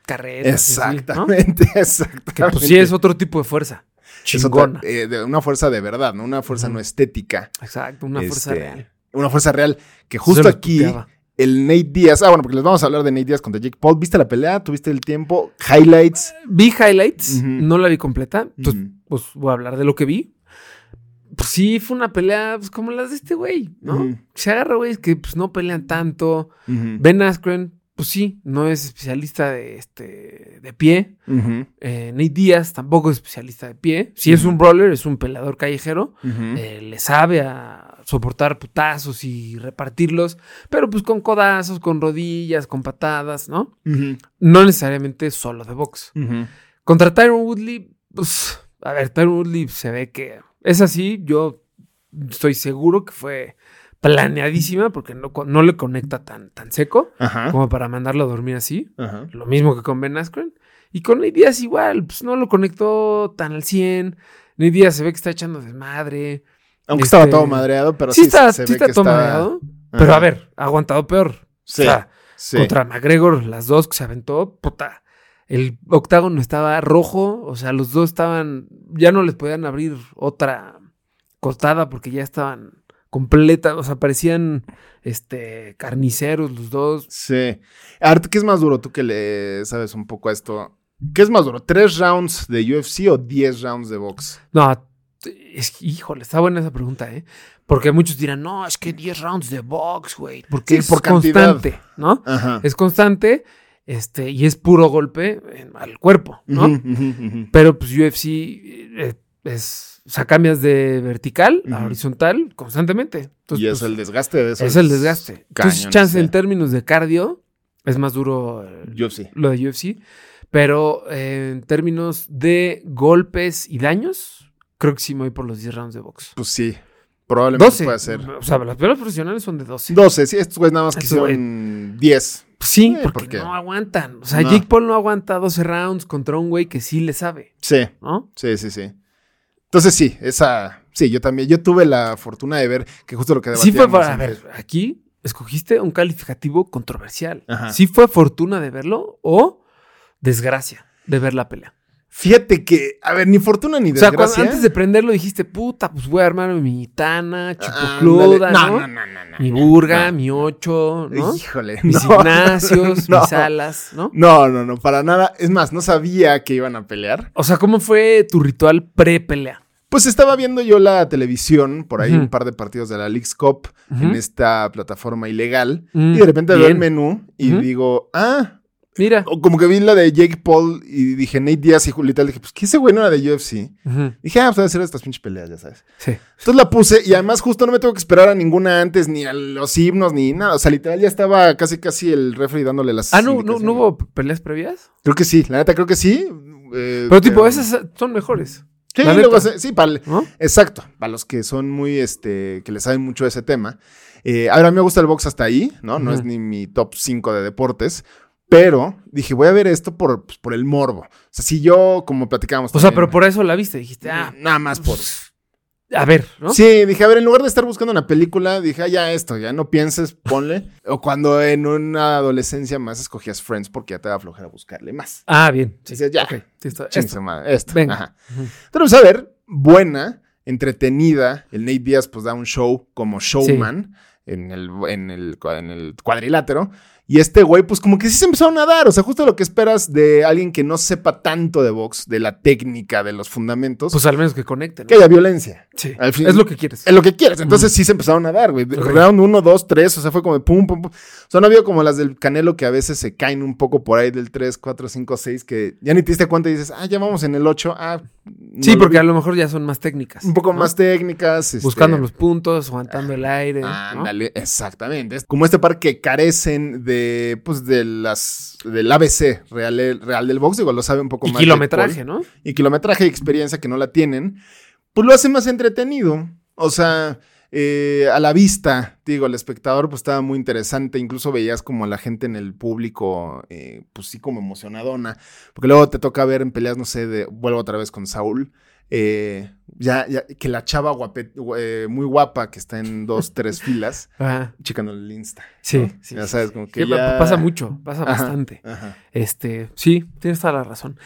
Speaker 8: carreras. y así, ¿no?
Speaker 7: Exactamente, *laughs*
Speaker 8: Que
Speaker 7: exactamente.
Speaker 8: pues sí es otro tipo de fuerza.
Speaker 7: Es otra-
Speaker 8: Chingona.
Speaker 7: eh, de una fuerza de verdad, ¿no? Una fuerza no estética.
Speaker 8: Exacto, una fuerza
Speaker 7: Este,
Speaker 8: real.
Speaker 7: Una fuerza real. Que
Speaker 8: Se
Speaker 7: justo
Speaker 8: los
Speaker 7: aquí,
Speaker 8: puteaba.
Speaker 7: el Nate Díaz. Ah, bueno, porque les vamos a hablar de Nate Díaz contra Jake Paul. ¿Viste la pelea? ¿Tuviste el tiempo? Highlights.
Speaker 8: Vi highlights,
Speaker 7: Ujú.
Speaker 8: no la vi completa. Entonces,
Speaker 7: Ujú.
Speaker 8: pues voy a hablar de lo que vi. Pues sí, fue una pelea pues, como las de este güey, ¿no?
Speaker 7: Ujú.
Speaker 8: Se agarra, güey, es que pues no pelean tanto.
Speaker 7: Ujú.
Speaker 8: Ben Askren, pues sí, no es especialista de este de pie.
Speaker 7: Ujú.
Speaker 8: Eh, Nate Díaz tampoco es especialista de pie. Sí es un brawler, es un peleador callejero.
Speaker 7: Ujú.
Speaker 8: eh, le sabe a soportar putazos y repartirlos, pero pues con codazos, con rodillas, con patadas, ¿no?
Speaker 7: Ujú.
Speaker 8: No necesariamente solo de box.
Speaker 7: Ujú.
Speaker 8: Contra Tyron Woodley, pues, a ver, Tyron Woodley se ve que es así, yo estoy seguro que fue planeadísima porque no, co- no le conecta tan, tan seco
Speaker 7: Ajá.
Speaker 8: como para mandarlo a dormir así.
Speaker 7: Ajá.
Speaker 8: Lo mismo que con Ben Askren. Y con Nate Diaz igual, pues no lo conectó tan al 100. Nate Diaz se ve que está echando desmadre.
Speaker 7: Aunque
Speaker 8: Este-
Speaker 7: estaba todo madreado, pero
Speaker 8: sí,
Speaker 7: sí,
Speaker 8: está,
Speaker 7: se
Speaker 8: sí
Speaker 7: ve
Speaker 8: está
Speaker 7: que estaba-
Speaker 8: tomado, pero
Speaker 7: Ajá.
Speaker 8: a ver, ha aguantado peor.
Speaker 7: Sí,
Speaker 8: o sea,
Speaker 7: sí.
Speaker 8: contra McGregor, las dos que se aventó, puta. El octágono estaba rojo, o sea, los dos estaban, ya no les podían abrir otra costada porque ya estaban completas, o sea, parecían este carniceros los dos.
Speaker 7: Sí. Art, ¿qué es más duro? Tú que le sabes un poco a esto. ¿Qué es más duro? ¿Tres rounds de UFC o diez rounds de box?
Speaker 8: No, es, que, híjole, está buena esa pregunta, ¿eh? Porque muchos dirán, no, es que 10 rounds de box, güey, porque
Speaker 7: Sí,
Speaker 8: es
Speaker 7: por cantidad.
Speaker 8: constante, ¿no?
Speaker 7: Ajá.
Speaker 8: es constante este, y es puro golpe en- al cuerpo, ¿no?
Speaker 7: Ujú, ujú, ujú.
Speaker 8: Pero pues UFC eh, es, o sea, cambias de vertical a
Speaker 7: Ujú.
Speaker 8: horizontal constantemente. Entonces,
Speaker 7: y es
Speaker 8: pues,
Speaker 7: el desgaste de eso.
Speaker 8: es el desgaste. Entonces,
Speaker 7: cañón,
Speaker 8: chance
Speaker 7: sí.
Speaker 8: en términos de cardio es más duro eh,
Speaker 7: UFC.
Speaker 8: lo de UFC, pero eh, en términos de golpes y daños, creo que sí me voy por los 10 rounds de box.
Speaker 7: Pues sí. Probablemente
Speaker 8: 12.
Speaker 7: puede ser.
Speaker 8: O sea, las peleas profesionales son de 12.
Speaker 7: 12. Sí, estos güeyes nada más que
Speaker 8: Estos güeyes.
Speaker 7: hicieron 10.
Speaker 8: Sí,
Speaker 7: Eh,
Speaker 8: porque
Speaker 7: porque-
Speaker 8: no aguantan. O sea,
Speaker 7: No.
Speaker 8: Jake Paul no aguanta 12 rounds contra un güey que sí le sabe,
Speaker 7: Sí.
Speaker 8: ¿no?
Speaker 7: Sí, sí, sí. Entonces sí, esa. Sí, yo también. Yo tuve la fortuna de ver que justo lo que
Speaker 8: Sí
Speaker 7: debatíamos.
Speaker 8: fue para... A
Speaker 7: antes.
Speaker 8: ver, aquí escogiste un calificativo controversial.
Speaker 7: Ajá.
Speaker 8: Sí fue fortuna de verlo o desgracia de ver la pelea.
Speaker 7: Fíjate que, a ver, ni fortuna ni
Speaker 8: O sea,
Speaker 7: desgracia.
Speaker 8: cuando, antes de prenderlo dijiste, puta, pues voy a armar mi tana,
Speaker 7: Ah,
Speaker 8: chipocluda,
Speaker 7: ándale.
Speaker 8: ¿no?
Speaker 7: no, no, no, no.
Speaker 8: Mi burga,
Speaker 7: no.
Speaker 8: mi ocho, ¿no?
Speaker 7: Híjole.
Speaker 8: Mis
Speaker 7: no. *laughs*
Speaker 8: gimnasios,
Speaker 7: No.
Speaker 8: mis alas, ¿no?
Speaker 7: No, no, no, para nada. Es más, no sabía que iban a pelear.
Speaker 8: O sea, ¿cómo fue tu ritual pre-pelea?
Speaker 7: Pues estaba viendo yo la televisión, por ahí
Speaker 8: Ujú.
Speaker 7: un par de partidos de la League's Cup en
Speaker 8: Ujú.
Speaker 7: esta plataforma ilegal.
Speaker 8: Mm,
Speaker 7: y de repente veo el
Speaker 8: bien.
Speaker 7: menú y
Speaker 8: Ujú.
Speaker 7: digo, ah,
Speaker 8: Mira.
Speaker 7: o como que vi la de Jake Paul y dije Nate Díaz y Julita. Dije, pues que ese güey no era de UFC.
Speaker 8: Ujú,
Speaker 7: Dije, ah, pues debe ser de estas pinches peleas, ya sabes.
Speaker 8: Sí.
Speaker 7: Entonces la puse y además justo no me tengo que esperar a ninguna antes, ni a los himnos, ni nada. O sea, literal ya estaba casi casi el refri dándole las.
Speaker 8: Ah, no, no,
Speaker 7: indicaciones.
Speaker 8: ¿no hubo peleas previas.
Speaker 7: Creo que sí, la neta, creo que sí. eh,
Speaker 8: Pero tipo, esas son mejores.
Speaker 7: Sí,
Speaker 8: la
Speaker 7: luego
Speaker 8: neta.
Speaker 7: se- sí, para el-
Speaker 8: ¿no?
Speaker 7: exacto. Para los que son muy, este, que les saben mucho de ese tema. Eh, a ver, a mí me gusta el box hasta ahí, ¿no? No
Speaker 8: Ujú.
Speaker 7: es ni mi top 5 de deportes. Pero dije, voy a ver esto por, pues, por el morbo. O sea, si yo, como platicábamos.
Speaker 8: O sea,
Speaker 7: también, eh,
Speaker 8: pero por eso la viste, dijiste, ah,
Speaker 7: Nada más por.
Speaker 8: a ver, ¿no?
Speaker 7: Sí, dije, a ver, en lugar de estar buscando una película, dije, ah, ya esto, ya no pienses, ponle. *laughs* o cuando en una adolescencia más escogías Friends porque ya te da flojera buscarle más.
Speaker 8: Ah, bien. Sí,
Speaker 7: Dices, ya.
Speaker 8: ok, sí, está-
Speaker 7: Chingue
Speaker 8: esto.
Speaker 7: su madre, esto.
Speaker 8: Venga.
Speaker 7: Ajá. Entonces, a ver, buena, entretenida. El Nate Díaz, pues da un show como showman en, el, en, el, en el cuadrilátero. Y este güey, pues como que sí se empezaron a dar. O sea, justo lo que esperas de alguien que no sepa tanto de box, de la técnica, de los fundamentos.
Speaker 8: Pues al menos que conecten.
Speaker 7: que haya violencia.
Speaker 8: Sí.
Speaker 7: Al fin-
Speaker 8: es lo que quieres.
Speaker 7: Es lo que quieres. Entonces sí se empezaron a dar, güey. Round 1, 2, 3. O sea, fue como de pum, pum, pum. O sea, no había como las del Canelo que a veces se caen un poco por ahí del 3, 4, 5, 6, que ya ni te diste cuenta y dices, ah, ya vamos en el 8. Ah, no
Speaker 8: sí,
Speaker 7: lo vi.
Speaker 8: porque a lo mejor ya son más técnicas.
Speaker 7: un poco
Speaker 8: ¿no?
Speaker 7: más técnicas. este,
Speaker 8: Buscando los puntos, aguantando el aire. ¿no?
Speaker 7: Ándale, exactamente. Es como este par que carecen de, pues, de las, del ABC real, real del box, digo, lo sabe un poco
Speaker 8: Y
Speaker 7: más. de
Speaker 8: kilometraje,
Speaker 7: Paul.
Speaker 8: ¿no?
Speaker 7: Y kilometraje y experiencia que no la tienen, pues lo hace más entretenido. O sea, eh, a la vista, digo, el espectador, pues estaba muy interesante. Incluso veías como a la gente en el público, eh, pues sí, como emocionadona. Porque luego te toca ver en peleas, no sé, de, vuelvo otra vez con Saúl. eh, ya, ya, que la chava guape- gu- eh, muy guapa que está en dos, tres
Speaker 8: *laughs*
Speaker 7: filas,
Speaker 8: Ajá.
Speaker 7: checándole el Insta.
Speaker 8: Sí,
Speaker 7: ¿no?
Speaker 8: sí,
Speaker 7: Ya
Speaker 8: sí,
Speaker 7: sabes,
Speaker 8: sí.
Speaker 7: como
Speaker 8: Que
Speaker 7: que. ya-
Speaker 8: Pasa mucho, pasa
Speaker 7: Ajá,
Speaker 8: bastante.
Speaker 7: ajá.
Speaker 8: Este, sí, tienes toda la razón.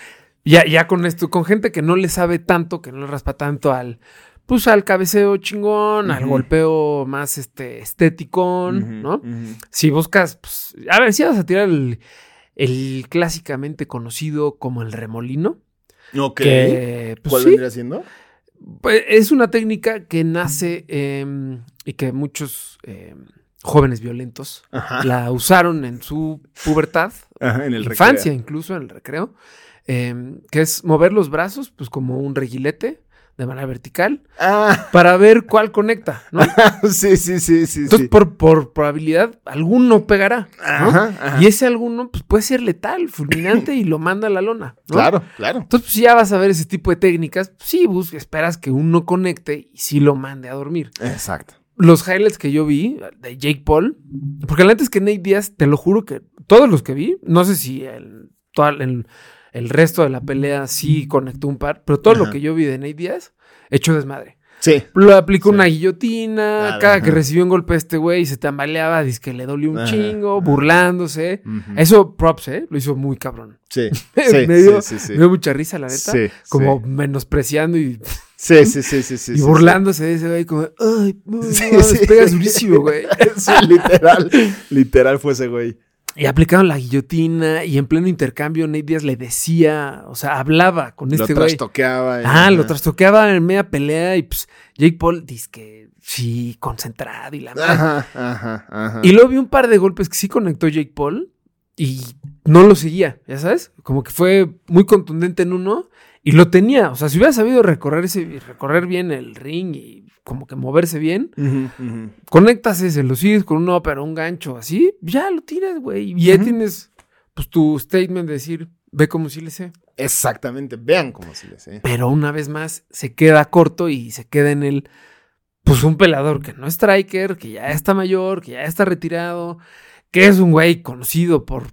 Speaker 8: Ya, ya con esto, con gente que no le sabe tanto, que no le raspa tanto al, pues al cabeceo chingón, al
Speaker 7: Ujú.
Speaker 8: golpeo más este esteticón,
Speaker 7: Ujú,
Speaker 8: ¿no?
Speaker 7: ujú.
Speaker 8: Si buscas, pues, a ver, si vas a tirar el, el clásicamente conocido como el remolino,
Speaker 7: Ok.
Speaker 8: que pues,
Speaker 7: ¿Cuál
Speaker 8: sí,
Speaker 7: vendría siendo?
Speaker 8: pues, es una técnica que nace em, y que muchos em, jóvenes violentos
Speaker 7: Ajá.
Speaker 8: la usaron en su pubertad
Speaker 7: Ajá, en el
Speaker 8: infancia
Speaker 7: recreo.
Speaker 8: incluso en el recreo, eh, que es mover los brazos pues como un reguilete de manera vertical
Speaker 7: Ah, *laughs*
Speaker 8: para ver cuál conecta, ¿no?
Speaker 7: sí, sí, sí, sí.
Speaker 8: Entonces
Speaker 7: sí.
Speaker 8: por, por probabilidad alguno pegará, ¿no?
Speaker 7: Ajá, ajá.
Speaker 8: Y ese alguno pues, puede ser letal, fulminante y lo manda a la lona, ¿no?
Speaker 7: Claro, claro.
Speaker 8: Entonces pues, si ya vas a ver ese tipo de técnicas, pues, sí bus- esperas que uno conecte y sí lo mande a dormir.
Speaker 7: Exacto.
Speaker 8: Los highlights que yo vi de Jake Paul, porque la neta es que Nate Díaz, te lo juro que todos los que vi, no sé si el, toda- el, el resto de la pelea sí conectó un par, pero todo lo
Speaker 7: Ajá.
Speaker 8: que yo vi de Nate Díaz, hecho desmadre.
Speaker 7: Sí.
Speaker 8: Lo aplicó
Speaker 7: Sí.
Speaker 8: una guillotina,
Speaker 7: Claro,
Speaker 8: cada que
Speaker 7: ajá.
Speaker 8: recibió un golpe este güey se tambaleaba, dice que le dolió un
Speaker 7: Ajá,
Speaker 8: chingo,
Speaker 7: ajá. Mm.
Speaker 8: burlándose.
Speaker 7: Ujú.
Speaker 8: Eso props, ¿eh? Lo hizo muy cabrón.
Speaker 7: *laughs* Sí.
Speaker 8: Me *laughs*
Speaker 7: Sí,
Speaker 8: dio-
Speaker 7: sí, sí,
Speaker 8: Me dio mucha risa, la neta.
Speaker 7: sí.
Speaker 8: Como menospreciando y
Speaker 7: Sí, sí, sí, sí, sí.
Speaker 8: y
Speaker 7: sí,
Speaker 8: burlándose de ese güey, como, ay, no,
Speaker 7: Sí,
Speaker 8: no,
Speaker 7: sí.
Speaker 8: les
Speaker 7: *laughs*
Speaker 8: pegas durísimo, güey.
Speaker 7: sí. *laughs* Sí, literal. Literal fue ese güey.
Speaker 8: Y aplicaron la guillotina y en pleno intercambio Nate Díaz le decía, o sea, hablaba con este
Speaker 7: lo
Speaker 8: güey.
Speaker 7: trastoqueaba. y-
Speaker 8: Ah, lo trastoqueaba en media pelea y pues Jake Paul dice que sí, concentrado y la madre.
Speaker 7: Ajá, ajá, ajá.
Speaker 8: Y luego vi un par de golpes que sí conectó Jake Paul y no lo seguía, ya sabes, como que fue muy contundente en uno y lo tenía, o sea, si hubiera sabido recorrerse, recorrer bien el ring y como que moverse bien,
Speaker 7: Ujú, ujú.
Speaker 8: conectas ese, lo sigues con un ópera, un gancho, así, ya lo tiras, güey. Y ya
Speaker 7: Ujú.
Speaker 8: tienes pues, tu statement de decir, ve como si le sé.
Speaker 7: Exactamente. Vean cómo se les. ¿eh?
Speaker 8: Pero una vez más, se queda corto y se queda en el. Pues un pelador que no es striker, que ya está mayor, que ya está retirado, que es un güey conocido por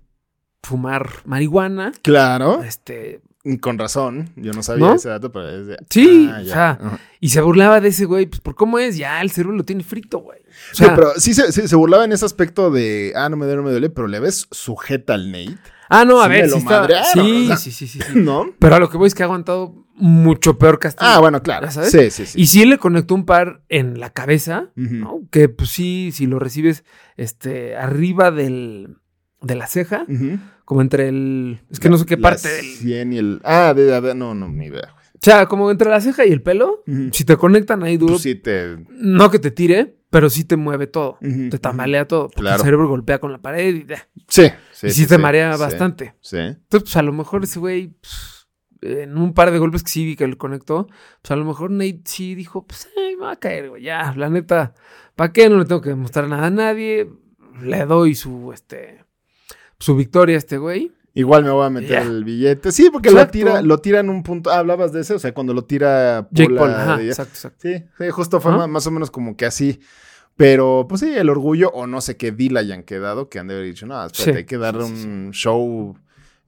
Speaker 8: fumar marihuana.
Speaker 7: Claro.
Speaker 8: Este.
Speaker 7: Con razón. Yo no sabía
Speaker 8: ¿No?
Speaker 7: ese dato, pero es de.
Speaker 8: Sí,
Speaker 7: Ah,
Speaker 8: o
Speaker 7: ya.
Speaker 8: sea,
Speaker 7: Ajá.
Speaker 8: Y se burlaba de ese güey, pues por cómo es, ya el cerebro lo tiene frito, güey. O
Speaker 7: Sí,
Speaker 8: sea,
Speaker 7: pero sí se, sí se burlaba en ese aspecto de. Ah, no me duele, no me duele, pero le ves sujeta al Nate.
Speaker 8: ah, no, a
Speaker 7: sí me
Speaker 8: ver,
Speaker 7: lo
Speaker 8: sí, está-
Speaker 7: madrearon,
Speaker 8: sí,
Speaker 7: o sea.
Speaker 8: sí, sí, sí, sí.
Speaker 7: *laughs* ¿No?
Speaker 8: Pero a lo que voy es que ha aguantado mucho peor castigo.
Speaker 7: Ah, bueno, claro.
Speaker 8: ¿Ya sabes?
Speaker 7: Sí, sí, sí.
Speaker 8: Y sí le conectó un par en la cabeza,
Speaker 7: Ujú.
Speaker 8: ¿no? Que pues sí, si lo recibes este, arriba del, de la ceja,
Speaker 7: Ujú.
Speaker 8: como entre el... Es que no sé qué
Speaker 7: La
Speaker 8: parte del...
Speaker 7: 100 y el. Ah, de, de- de- no, no, ni idea.
Speaker 8: O sea, como entre la ceja y el pelo,
Speaker 7: Ujú.
Speaker 8: si te conectan ahí duro,
Speaker 7: Pues sí te.
Speaker 8: no que te tire, pero sí te mueve todo.
Speaker 7: Ujú,
Speaker 8: Te tambalea todo. porque
Speaker 7: Claro.
Speaker 8: El cerebro golpea con la pared y, ya.
Speaker 7: Sí.
Speaker 8: Y sí te marea bastante.
Speaker 7: Sí.
Speaker 8: Entonces, pues a lo mejor ese güey, pues, en un par de golpes que sí vi que le conectó, pues a lo mejor Nate sí dijo, pues ay, me va a caer, güey, ya, la neta, ¿para qué? No le tengo que demostrar nada a nadie, le doy su, este, su victoria a este güey.
Speaker 7: Igual me voy a meter
Speaker 8: Ya.
Speaker 7: el billete. Sí, porque lo
Speaker 8: Exacto.
Speaker 7: tira, lo tira en un punto. Ah, hablabas de ese, o sea, cuando lo tira
Speaker 8: Jake
Speaker 7: Paul
Speaker 8: Paul,
Speaker 7: a-
Speaker 8: ajá,
Speaker 7: de-
Speaker 8: exacto, exacto.
Speaker 7: Sí, sí, justo fue
Speaker 8: Ajá.
Speaker 7: ma- más o menos como que así. Pero, pues sí, el orgullo, o no sé qué deal hayan quedado, que han de haber dicho, no, espérate,
Speaker 8: Sí,
Speaker 7: hay que darle
Speaker 8: sí, sí,
Speaker 7: un show.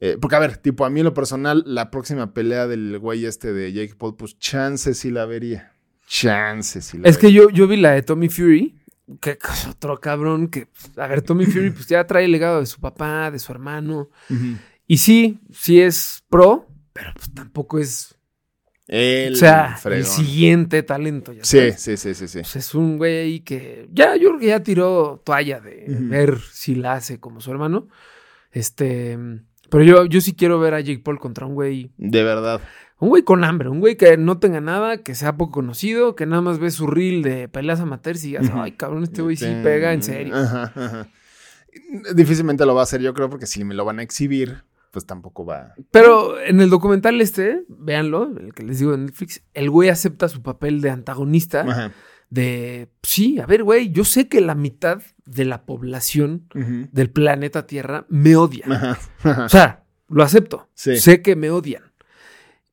Speaker 7: eh, porque, a ver, tipo, a mí en lo personal, la próxima pelea del güey este de Jake Paul, pues chance sí la vería. Chance sí la
Speaker 8: Es que
Speaker 7: vería.
Speaker 8: yo, yo vi la de Tommy Fury, que es otro cabrón que, pues, a ver, Tommy Fury, pues ya trae el legado de su papá, de su hermano,
Speaker 7: Ujú.
Speaker 8: y sí, sí es pro, pero pues tampoco es
Speaker 7: El
Speaker 8: o sea, el
Speaker 7: fregón.
Speaker 8: siguiente talento. Ya
Speaker 7: Sí,
Speaker 8: sabes.
Speaker 7: sí, sí, sí, sí.
Speaker 8: Pues es un güey ahí que ya, yo creo que ya tiró toalla de ver si la hace como su hermano. Este, pero yo, yo sí quiero ver a Jake Paul contra un güey,
Speaker 7: De verdad.
Speaker 8: un güey con hambre, un güey que no tenga nada, que sea poco conocido, que nada más ve su reel de peleas amateurs y digas, ay cabrón, este güey sí
Speaker 7: Ten-
Speaker 8: pega en serio.
Speaker 7: Ajá, ajá. Difícilmente lo va a hacer, yo creo, porque si me lo van a exhibir, pues tampoco va.
Speaker 8: Pero en el documental este, véanlo, el que les digo en Netflix, el güey acepta su papel de antagonista
Speaker 7: Ajá.
Speaker 8: de, sí, a ver, güey, yo sé que la mitad de la población
Speaker 7: Ujú.
Speaker 8: del planeta Tierra me odia.
Speaker 7: Ajá, ajá.
Speaker 8: O sea, lo acepto.
Speaker 7: Sí.
Speaker 8: Sé que me odian.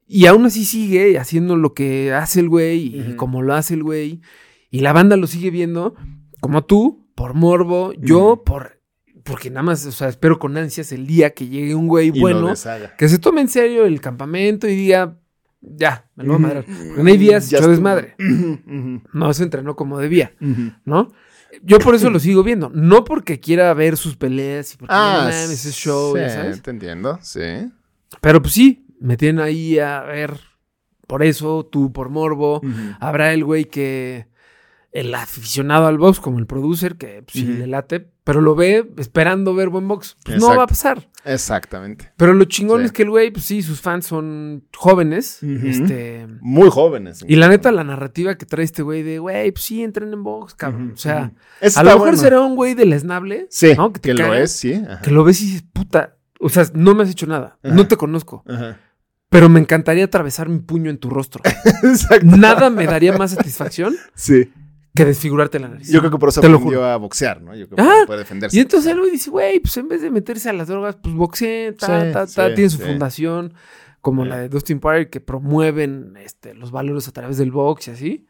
Speaker 8: Y aún así sigue haciendo lo que hace el güey y
Speaker 7: Ujú.
Speaker 8: como lo hace el güey. Y la banda lo sigue viendo como tú, por morbo, yo por... Porque nada más, o sea, espero con ansias el día que llegue un güey
Speaker 7: Y lo
Speaker 8: bueno
Speaker 7: deshaga.
Speaker 8: que se tome en serio el campamento y diga, ya, me lo voy a madrar. Porque no hay
Speaker 7: Ujú.
Speaker 8: días
Speaker 7: Ya
Speaker 8: hecho
Speaker 7: estuvo.
Speaker 8: desmadre.
Speaker 7: *clears throat* Ujú,
Speaker 8: No se entrenó como debía,
Speaker 7: ujú, ujú.
Speaker 8: ¿no? Yo por eso lo sigo viendo. No porque quiera ver sus peleas y porque no
Speaker 7: Ah,
Speaker 8: mames, ese show,
Speaker 7: sí,
Speaker 8: ya sabes.
Speaker 7: te entiendo, sí.
Speaker 8: Pero pues sí, me tienen ahí a ver por eso, tú por morbo. Habrá el güey que. El aficionado al box, como el producer, que pues, sí
Speaker 7: Ujú.
Speaker 8: le late, pero lo ve esperando ver buen box. Pues no
Speaker 7: Exacto.
Speaker 8: va a pasar.
Speaker 7: Exactamente.
Speaker 8: Pero lo chingón
Speaker 7: Sí.
Speaker 8: es que el güey, pues sí, sus fans son jóvenes.
Speaker 7: Ujú.
Speaker 8: Este.
Speaker 7: Muy jóvenes.
Speaker 8: Y la neta, la narrativa que trae este güey de, güey, pues sí, entren en box, cabrón.
Speaker 7: Ujú,
Speaker 8: O sea,
Speaker 7: Eso
Speaker 8: a
Speaker 7: está
Speaker 8: lo mejor
Speaker 7: bueno.
Speaker 8: será un güey del esnable.
Speaker 7: Sí,
Speaker 8: ¿no?
Speaker 7: que,
Speaker 8: te
Speaker 7: lo
Speaker 8: caga,
Speaker 7: es, sí. ajá,
Speaker 8: Que lo ves y dices, puta, o sea, no me has hecho nada. No
Speaker 7: Ajá.
Speaker 8: te conozco.
Speaker 7: ajá. *laughs*
Speaker 8: Pero me encantaría atravesar mi puño en tu rostro.
Speaker 7: Exacto.
Speaker 8: Nada me daría más satisfacción
Speaker 7: Sí.
Speaker 8: que desfigurarte la nariz.
Speaker 7: Yo creo que por eso
Speaker 8: Te lo
Speaker 7: aprendió a boxear, ¿no? Yo creo que
Speaker 8: Ah,
Speaker 7: puede defenderse.
Speaker 8: y entonces él güey dice, güey, pues en vez de meterse a las drogas, pues boxeen, ta,
Speaker 7: Sí,
Speaker 8: ta, ta.
Speaker 7: sí,
Speaker 8: Tiene su
Speaker 7: sí.
Speaker 8: fundación, como
Speaker 7: Sí.
Speaker 8: la de Dustin Poirier, que promueven este, los valores a través del box y así.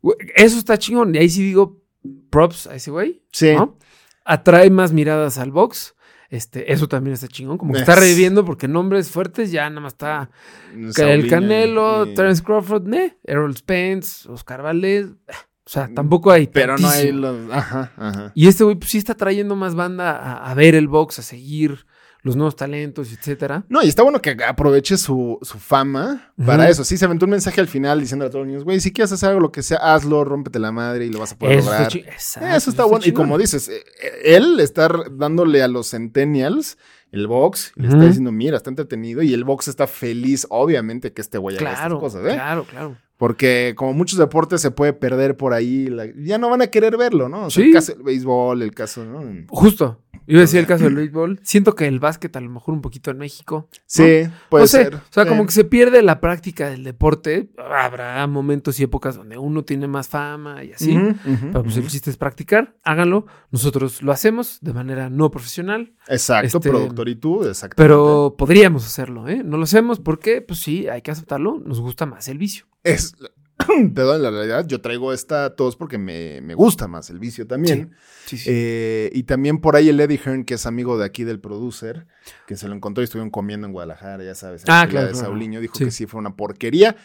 Speaker 8: Güey, Eso está chingón. Y ahí sí digo props a ese güey.
Speaker 7: Sí.
Speaker 8: ¿no? Atrae más miradas al box. Este, eso también está chingón. Como que está
Speaker 7: Es.
Speaker 8: reviviendo porque nombres fuertes ya nada más está... Que el
Speaker 7: Saulina
Speaker 8: Canelo,
Speaker 7: y-
Speaker 8: Terence Crawford, ne, Errol Spence, Oscar Valdez. O sea, tampoco hay.
Speaker 7: Mm, Pero no hay
Speaker 8: tantísimo.
Speaker 7: los. Ajá, ajá.
Speaker 8: Y este güey, pues sí está trayendo más banda a, a ver el box, a seguir los nuevos talentos, etcétera.
Speaker 7: No, y está bueno que aproveche su, su fama
Speaker 8: Ujú.
Speaker 7: para eso. Sí, se aventó un mensaje al final diciendo a todos los niños, güey, si quieres hacer algo, lo que sea, hazlo, rómpete la madre y lo vas a poder
Speaker 8: Eso está,
Speaker 7: lograr. Eh,
Speaker 8: chi-
Speaker 7: Eso
Speaker 8: Exacto,
Speaker 7: está, bueno. Y
Speaker 8: chingón.
Speaker 7: como dices, eh, eh, él está r- dándole a los centennials el box, y le está
Speaker 8: Ujú.
Speaker 7: diciendo, mira, está entretenido y el box está feliz, obviamente, que este güey haga estas
Speaker 8: Claro,
Speaker 7: cosas, ¿eh?
Speaker 8: claro, claro.
Speaker 7: Porque como muchos deportes se puede perder por ahí, la- ya no van a querer verlo, ¿no? O sea,
Speaker 8: Sí.
Speaker 7: el caso del béisbol, el caso, ¿no?
Speaker 8: Justo. Yo decía el
Speaker 7: *clears throat*
Speaker 8: caso del béisbol. Siento que el básquet, a lo mejor un poquito en México. ¿no?
Speaker 7: Sí, puede
Speaker 8: No sé,
Speaker 7: ser.
Speaker 8: O sea,
Speaker 7: Sí.
Speaker 8: como que se pierde la práctica del deporte. Habrá momentos y épocas donde uno tiene más fama y así.
Speaker 7: Ujú, ujú,
Speaker 8: Pero pues el
Speaker 7: ujú.
Speaker 8: chiste es practicar, háganlo. Nosotros lo hacemos de manera no profesional,
Speaker 7: Exacto,
Speaker 8: este,
Speaker 7: productor y tú, exacto.
Speaker 8: pero podríamos hacerlo, ¿eh? No lo hacemos porque, pues sí, hay que aceptarlo, nos gusta más el vicio.
Speaker 7: Es, *clears throat* perdón, la realidad, yo traigo esta tos porque me, me gusta más el vicio también.
Speaker 8: Sí, sí.
Speaker 7: Eh, y también por ahí el Eddie Hearn, que es amigo de aquí del producer, que se lo encontró y estuvieron comiendo en Guadalajara, ya sabes. en
Speaker 8: Ah,
Speaker 7: la pelea
Speaker 8: claro,
Speaker 7: de
Speaker 8: claro, claro.
Speaker 7: Sauliño dijo
Speaker 8: Sí.
Speaker 7: que sí fue una porquería.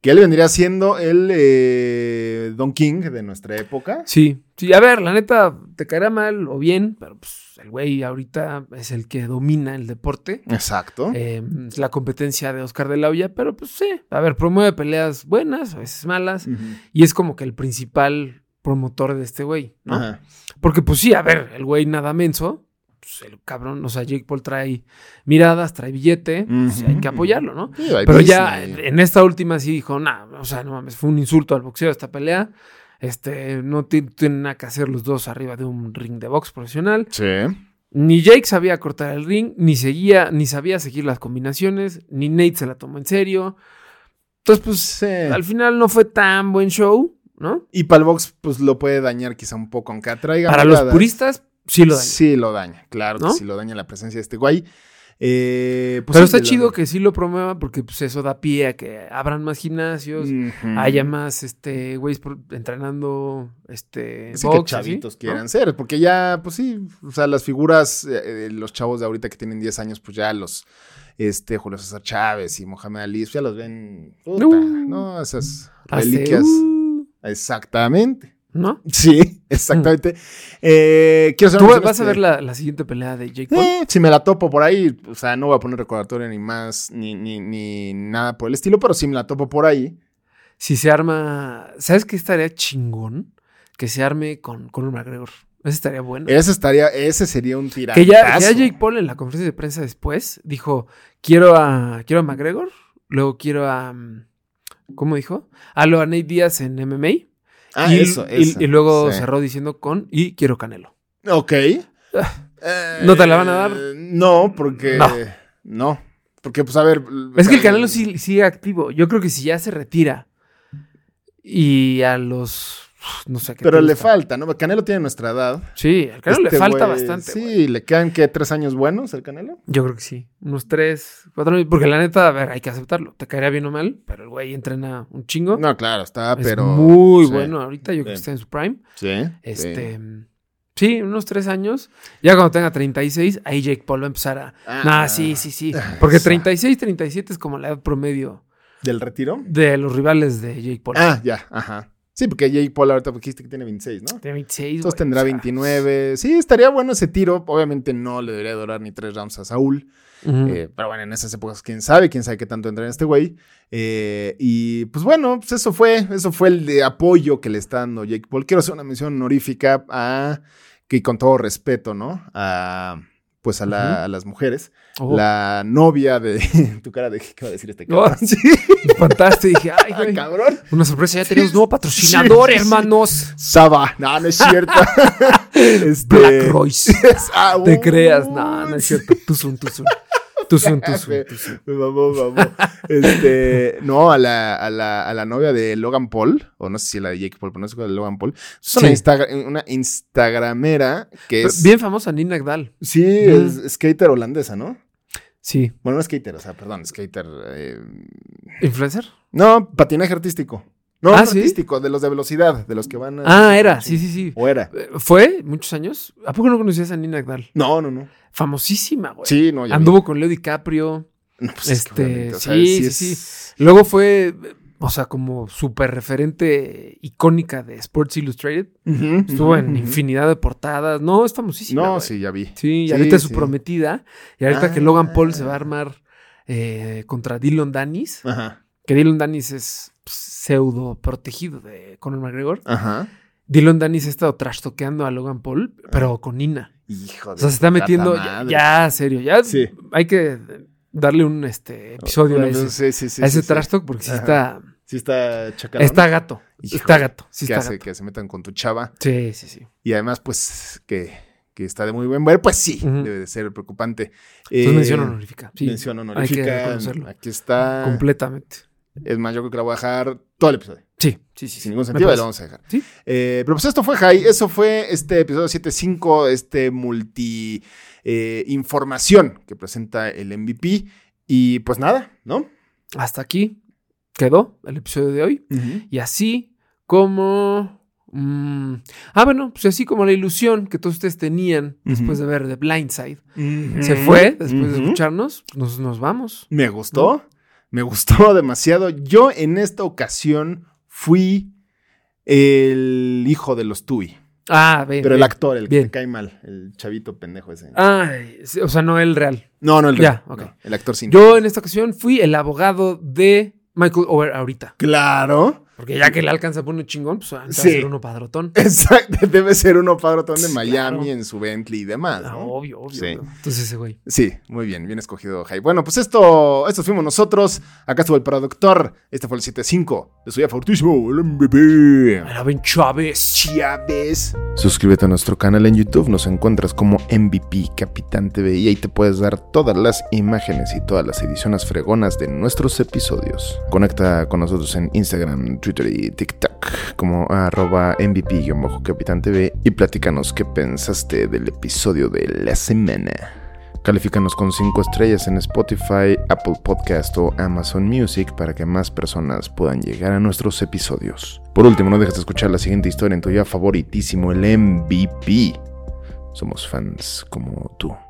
Speaker 7: Que él vendría siendo el eh, Don King de nuestra época.
Speaker 8: sí, sí, a ver, la neta, te caerá mal o bien, pero pues el güey ahorita es el que domina el deporte.
Speaker 7: Exacto.
Speaker 8: Eh, es la competencia de Oscar de la Hoya, pero pues sí, a ver, promueve peleas buenas, a veces malas,
Speaker 7: Ujú.
Speaker 8: y es como que el principal promotor de este güey, ¿no?
Speaker 7: Ajá.
Speaker 8: Porque, pues sí, a ver, el güey nada menso. Pues, el cabrón, o sea, Jake Paul trae miradas, trae billete. pues,
Speaker 7: Ujú. pues,
Speaker 8: hay que apoyarlo, ¿no?
Speaker 7: Sí, hay
Speaker 8: Pero ya eh,
Speaker 7: Disney.
Speaker 8: en esta última sí dijo, nah, o sea, no mames, fue un insulto al boxeo esta pelea. Este, no ti- tienen nada que hacer los dos arriba de un ring de box profesional.
Speaker 7: Sí.
Speaker 8: Ni Jake sabía cortar el ring, ni seguía, ni sabía seguir las combinaciones, ni Nate se la tomó en serio. Entonces, pues,
Speaker 7: Sí.
Speaker 8: al final no fue tan buen show, ¿no?
Speaker 7: Y Palbox, pues lo puede dañar quizá un poco, aunque atraiga.
Speaker 8: Para los
Speaker 7: miradas,
Speaker 8: puristas, sí lo dañó.
Speaker 7: Sí, lo daña, claro
Speaker 8: ¿No?
Speaker 7: que sí lo daña la presencia de este güey. Eh, pues
Speaker 8: Pero
Speaker 7: sí,
Speaker 8: está
Speaker 7: te lo-
Speaker 8: chido que sí lo promuevan porque pues, eso da pie a que abran más gimnasios,
Speaker 7: Ujú.
Speaker 8: haya más este güeyes por- entrenando este
Speaker 7: Sí, que
Speaker 8: box, así,
Speaker 7: chavitos
Speaker 8: ¿no?
Speaker 7: quieran ser, porque ya, pues sí, o sea, las figuras, eh, eh, los chavos de ahorita que tienen 10 años, pues ya los, este, Julio César Chávez y Mohamed Ali, pues, ya los ven, puta,
Speaker 8: Uh.
Speaker 7: ¿no? Esas
Speaker 8: Hace,
Speaker 7: reliquias.
Speaker 8: uh,
Speaker 7: Exactamente. *laughs*
Speaker 8: ¿no?
Speaker 7: Sí,
Speaker 8: *laughs*
Speaker 7: exactamente. Eh, quiero hacer
Speaker 8: Tú
Speaker 7: una
Speaker 8: vas
Speaker 7: mención
Speaker 8: a
Speaker 7: este-
Speaker 8: ver la, la siguiente pelea de Jake Paul.
Speaker 7: Eh, si me la topo por ahí, o sea, no voy a poner recordatorio ni más, ni, ni, ni nada por el estilo, pero si me la topo por ahí.
Speaker 8: Si se arma. ¿Sabes qué estaría chingón? Que se arme con Conor McGregor. Esa estaría buena.
Speaker 7: Ese estaría, ese sería un tirano.
Speaker 8: que ya, que ya Jake Paul en la conferencia de prensa después dijo: Quiero a. Quiero a McGregor. Luego quiero a. mm, ¿Cómo dijo? A lo a Nate Díaz en MMA.
Speaker 7: Ah,
Speaker 8: y,
Speaker 7: eso,
Speaker 8: y-
Speaker 7: eso,
Speaker 8: y luego
Speaker 7: sí.
Speaker 8: cerró diciendo con y quiero Canelo.
Speaker 7: Ok.
Speaker 8: *laughs* ¿No te la van a dar?
Speaker 7: Eh, No, porque.
Speaker 8: No.
Speaker 7: No. Porque, pues, a ver.
Speaker 8: Es que el Canelo sí- sigue activo. Yo creo que si ya se retira y a los. No sé qué.
Speaker 7: Pero
Speaker 8: te
Speaker 7: le
Speaker 8: gusta.
Speaker 7: falta, ¿no? Canelo tiene nuestra edad.
Speaker 8: Sí, al Canelo le
Speaker 7: Este
Speaker 8: falta
Speaker 7: güey-
Speaker 8: bastante.
Speaker 7: Sí,
Speaker 8: güey.
Speaker 7: le quedan, ¿qué? ¿Tres años buenos el Canelo?
Speaker 8: Yo creo que sí. Unos tres, cuatro años. Porque la neta, a ver, hay que aceptarlo. Te caería bien o mal, pero el güey entrena un chingo.
Speaker 7: No, claro, está,
Speaker 8: es
Speaker 7: Ah, pero.
Speaker 8: muy
Speaker 7: sí,
Speaker 8: bueno ahorita. Yo creo que
Speaker 7: Sí.
Speaker 8: está en su prime.
Speaker 7: Sí. sí.
Speaker 8: Este. Sí, unos tres años. Ya cuando tenga 36, ahí Jake Paul va a empezar a.
Speaker 7: Ah.
Speaker 8: nah, sí, sí, sí. Porque
Speaker 7: Esa.
Speaker 8: 36, 37 es como la edad promedio
Speaker 7: ¿Del retiro?
Speaker 8: de los rivales de Jake Paul.
Speaker 7: Ah, ya, ajá. Sí, porque Jake Paul ahorita pues, dijiste que tiene 26, ¿no?
Speaker 8: Tiene 26.
Speaker 7: Entonces
Speaker 8: güey,
Speaker 7: tendrá
Speaker 8: o sea,
Speaker 7: 29. Sí, estaría bueno ese tiro. Obviamente no le debería durar ni tres rounds a Saúl.
Speaker 8: ujú.
Speaker 7: Eh, pero bueno, en esas épocas, quién sabe, quién sabe qué tanto entra en este güey. Eh, y pues bueno, pues eso fue, eso fue el de apoyo que le está dando Jake Paul. Quiero hacer una mención honorífica a, que con todo respeto, ¿no? A, pues a, la-
Speaker 8: Ujú.
Speaker 7: a las mujeres.
Speaker 8: Oh,
Speaker 7: La novia de *laughs* tu cara de qué va a decir este
Speaker 8: No,
Speaker 7: *laughs* cabrón. sí,
Speaker 8: me espantaste. Dije, ay,
Speaker 7: ah,
Speaker 8: güey.
Speaker 7: cabrón.
Speaker 8: Una sorpresa, ya tenemos nuevo patrocinador,
Speaker 7: Sí, sí, sí.
Speaker 8: hermanos.
Speaker 7: Saba, no, no es
Speaker 8: *laughs*
Speaker 7: cierto. Este- *laughs*
Speaker 8: Black Royce. *laughs*
Speaker 7: Ah,
Speaker 8: Te
Speaker 7: uy,
Speaker 8: creas, no, no es
Speaker 7: *laughs*
Speaker 8: cierto. Tuzun, tuzun. Tuzun, tuzun,
Speaker 7: Me-
Speaker 8: tuzun.
Speaker 7: me mamó, me mamó. Este, no, a la, a, la, a la novia de Logan Paul, o no sé si la de Jake Paul, pero no sé cuál es de Logan Paul. Es una,
Speaker 8: Sí.
Speaker 7: Instagra- una Instagramera que es.
Speaker 8: Bien famosa Nina Gdal.
Speaker 7: Sí,
Speaker 8: Mm.
Speaker 7: es skater holandesa, ¿no?
Speaker 8: Sí.
Speaker 7: Bueno, no skater, o sea, perdón, skater. eh,
Speaker 8: ¿Influencer?
Speaker 7: no, patinaje artístico. No,
Speaker 8: Ah,
Speaker 7: no
Speaker 8: ¿sí?
Speaker 7: artístico, de los de velocidad, de los que van a.
Speaker 8: Ah, era, sí, sí, sí.
Speaker 7: O era.
Speaker 8: Eh, Fue muchos años. ¿A poco no conocías a Nina Gdal?
Speaker 7: No, no, no.
Speaker 8: Famosísima, güey.
Speaker 7: Sí, no, ya vi.
Speaker 8: Anduvo con Leo DiCaprio.
Speaker 7: No, pues es que
Speaker 8: este,
Speaker 7: obviamente, o sea,
Speaker 8: sí, sí,
Speaker 7: es-
Speaker 8: Luego fue, eh, o sea, como súper referente icónica de Sports Illustrated.
Speaker 7: Ujú,
Speaker 8: Estuvo
Speaker 7: ujú,
Speaker 8: en
Speaker 7: ujú.
Speaker 8: infinidad de portadas. No, está famosísima.
Speaker 7: No,
Speaker 8: güey.
Speaker 7: sí, ya vi.
Speaker 8: Sí, y ahorita es su
Speaker 7: sí.
Speaker 8: prometida. Y ahorita que
Speaker 7: Ah.
Speaker 8: Logan Paul se va a armar eh, contra Dylan Danis,
Speaker 7: Ajá,
Speaker 8: que Dylan Danis es pues, pseudo protegido de Conor McGregor.
Speaker 7: ajá.
Speaker 8: Dylan Danis ha estado trash toqueando a Logan Paul, pero con Nina.
Speaker 7: Hijo
Speaker 8: O sea, se está metiendo ya, ya, serio. Ya
Speaker 7: Sí.
Speaker 8: hay que darle un este, episodio a
Speaker 7: Sí,
Speaker 8: ese,
Speaker 7: sí, sí,
Speaker 8: a ese
Speaker 7: sí,
Speaker 8: trash talk porque sí
Speaker 7: Ajá.
Speaker 8: está,
Speaker 7: Sí está chacalón.
Speaker 8: está gato.
Speaker 7: Híjole,
Speaker 8: Está gato. Sí,
Speaker 7: que
Speaker 8: está
Speaker 7: hace
Speaker 8: gato.
Speaker 7: que se metan con tu chava.
Speaker 8: Sí, sí, sí.
Speaker 7: Y además, pues, que, que está de muy buen ver. Pues sí,
Speaker 8: Ujú.
Speaker 7: debe de ser preocupante.
Speaker 8: Entonces,
Speaker 7: Eh,
Speaker 8: mención honorífica. Sí,
Speaker 7: mención
Speaker 8: Hay que
Speaker 7: honorífica.
Speaker 8: reconocerlo.
Speaker 7: Aquí está.
Speaker 8: Completamente.
Speaker 7: Es más, yo creo que la voy a dejar todo el episodio.
Speaker 8: Sí, sí, sí. sí.
Speaker 7: Sin ningún
Speaker 8: Me
Speaker 7: sentido, ahí
Speaker 8: parece.
Speaker 7: lo vamos a dejar.
Speaker 8: Sí.
Speaker 7: Eh, pero pues esto fue, Jai. Eso fue este episodio 7.5, este multi eh, información que presenta el MVP. Y pues nada, ¿no?
Speaker 8: Hasta aquí quedó el episodio de hoy. Y así como... mm, ah, bueno, pues así como la ilusión que todos ustedes tenían después de ver The Blindside se fue después de
Speaker 7: Ujú.
Speaker 8: escucharnos, pues nos, nos vamos.
Speaker 7: Me gustó, me gustó *laughs* demasiado. Yo en esta ocasión fui el hijo de los Tui,
Speaker 8: Ah, bien.
Speaker 7: pero el
Speaker 8: bien.
Speaker 7: actor, el
Speaker 8: bien.
Speaker 7: que te cae mal, el chavito pendejo ese.
Speaker 8: Ay, sí, o sea, no el real.
Speaker 7: no, no, el,
Speaker 8: ya,
Speaker 7: no,
Speaker 8: ok.
Speaker 7: el actor sin.
Speaker 8: Yo en esta ocasión fui el abogado de Michael Over ahorita.
Speaker 7: Claro,
Speaker 8: Porque ya que le alcanza por un chingón, pues antes
Speaker 7: Sí.
Speaker 8: va a ser
Speaker 7: *laughs*
Speaker 8: uno padrotón.
Speaker 7: exacto, debe ser uno padrotón de
Speaker 8: Sí,
Speaker 7: Miami
Speaker 8: claro.
Speaker 7: en su Bentley y demás,
Speaker 8: Ah,
Speaker 7: ¿no?
Speaker 8: obvio, obvio.
Speaker 7: Sí.
Speaker 8: obvio. Entonces ese güey.
Speaker 7: Sí, muy bien, bien escogido, Jai. Bueno, pues esto, estos fuimos nosotros. Acá estuvo el productor. Este fue el 7-5 de su día favoritísimo, el MVP.
Speaker 8: Era Ben Chávez.
Speaker 7: Chávez. Suscríbete a nuestro canal en YouTube, nos encuentras como MVP Capitán TV y ahí te puedes dar todas las imágenes y todas las ediciones fregonas de nuestros episodios. Conecta con nosotros en Instagram, Twitter y TikTok como arroba MVP-Capitán TV y platícanos qué pensaste del episodio de la semana. Califícanos con 5 estrellas en Spotify, Apple Podcast o Amazon Music para que más personas puedan llegar a nuestros episodios. Por último, no dejes de escuchar la siguiente historia en tu ya favoritísimo, el MVP. Somos fans como tú.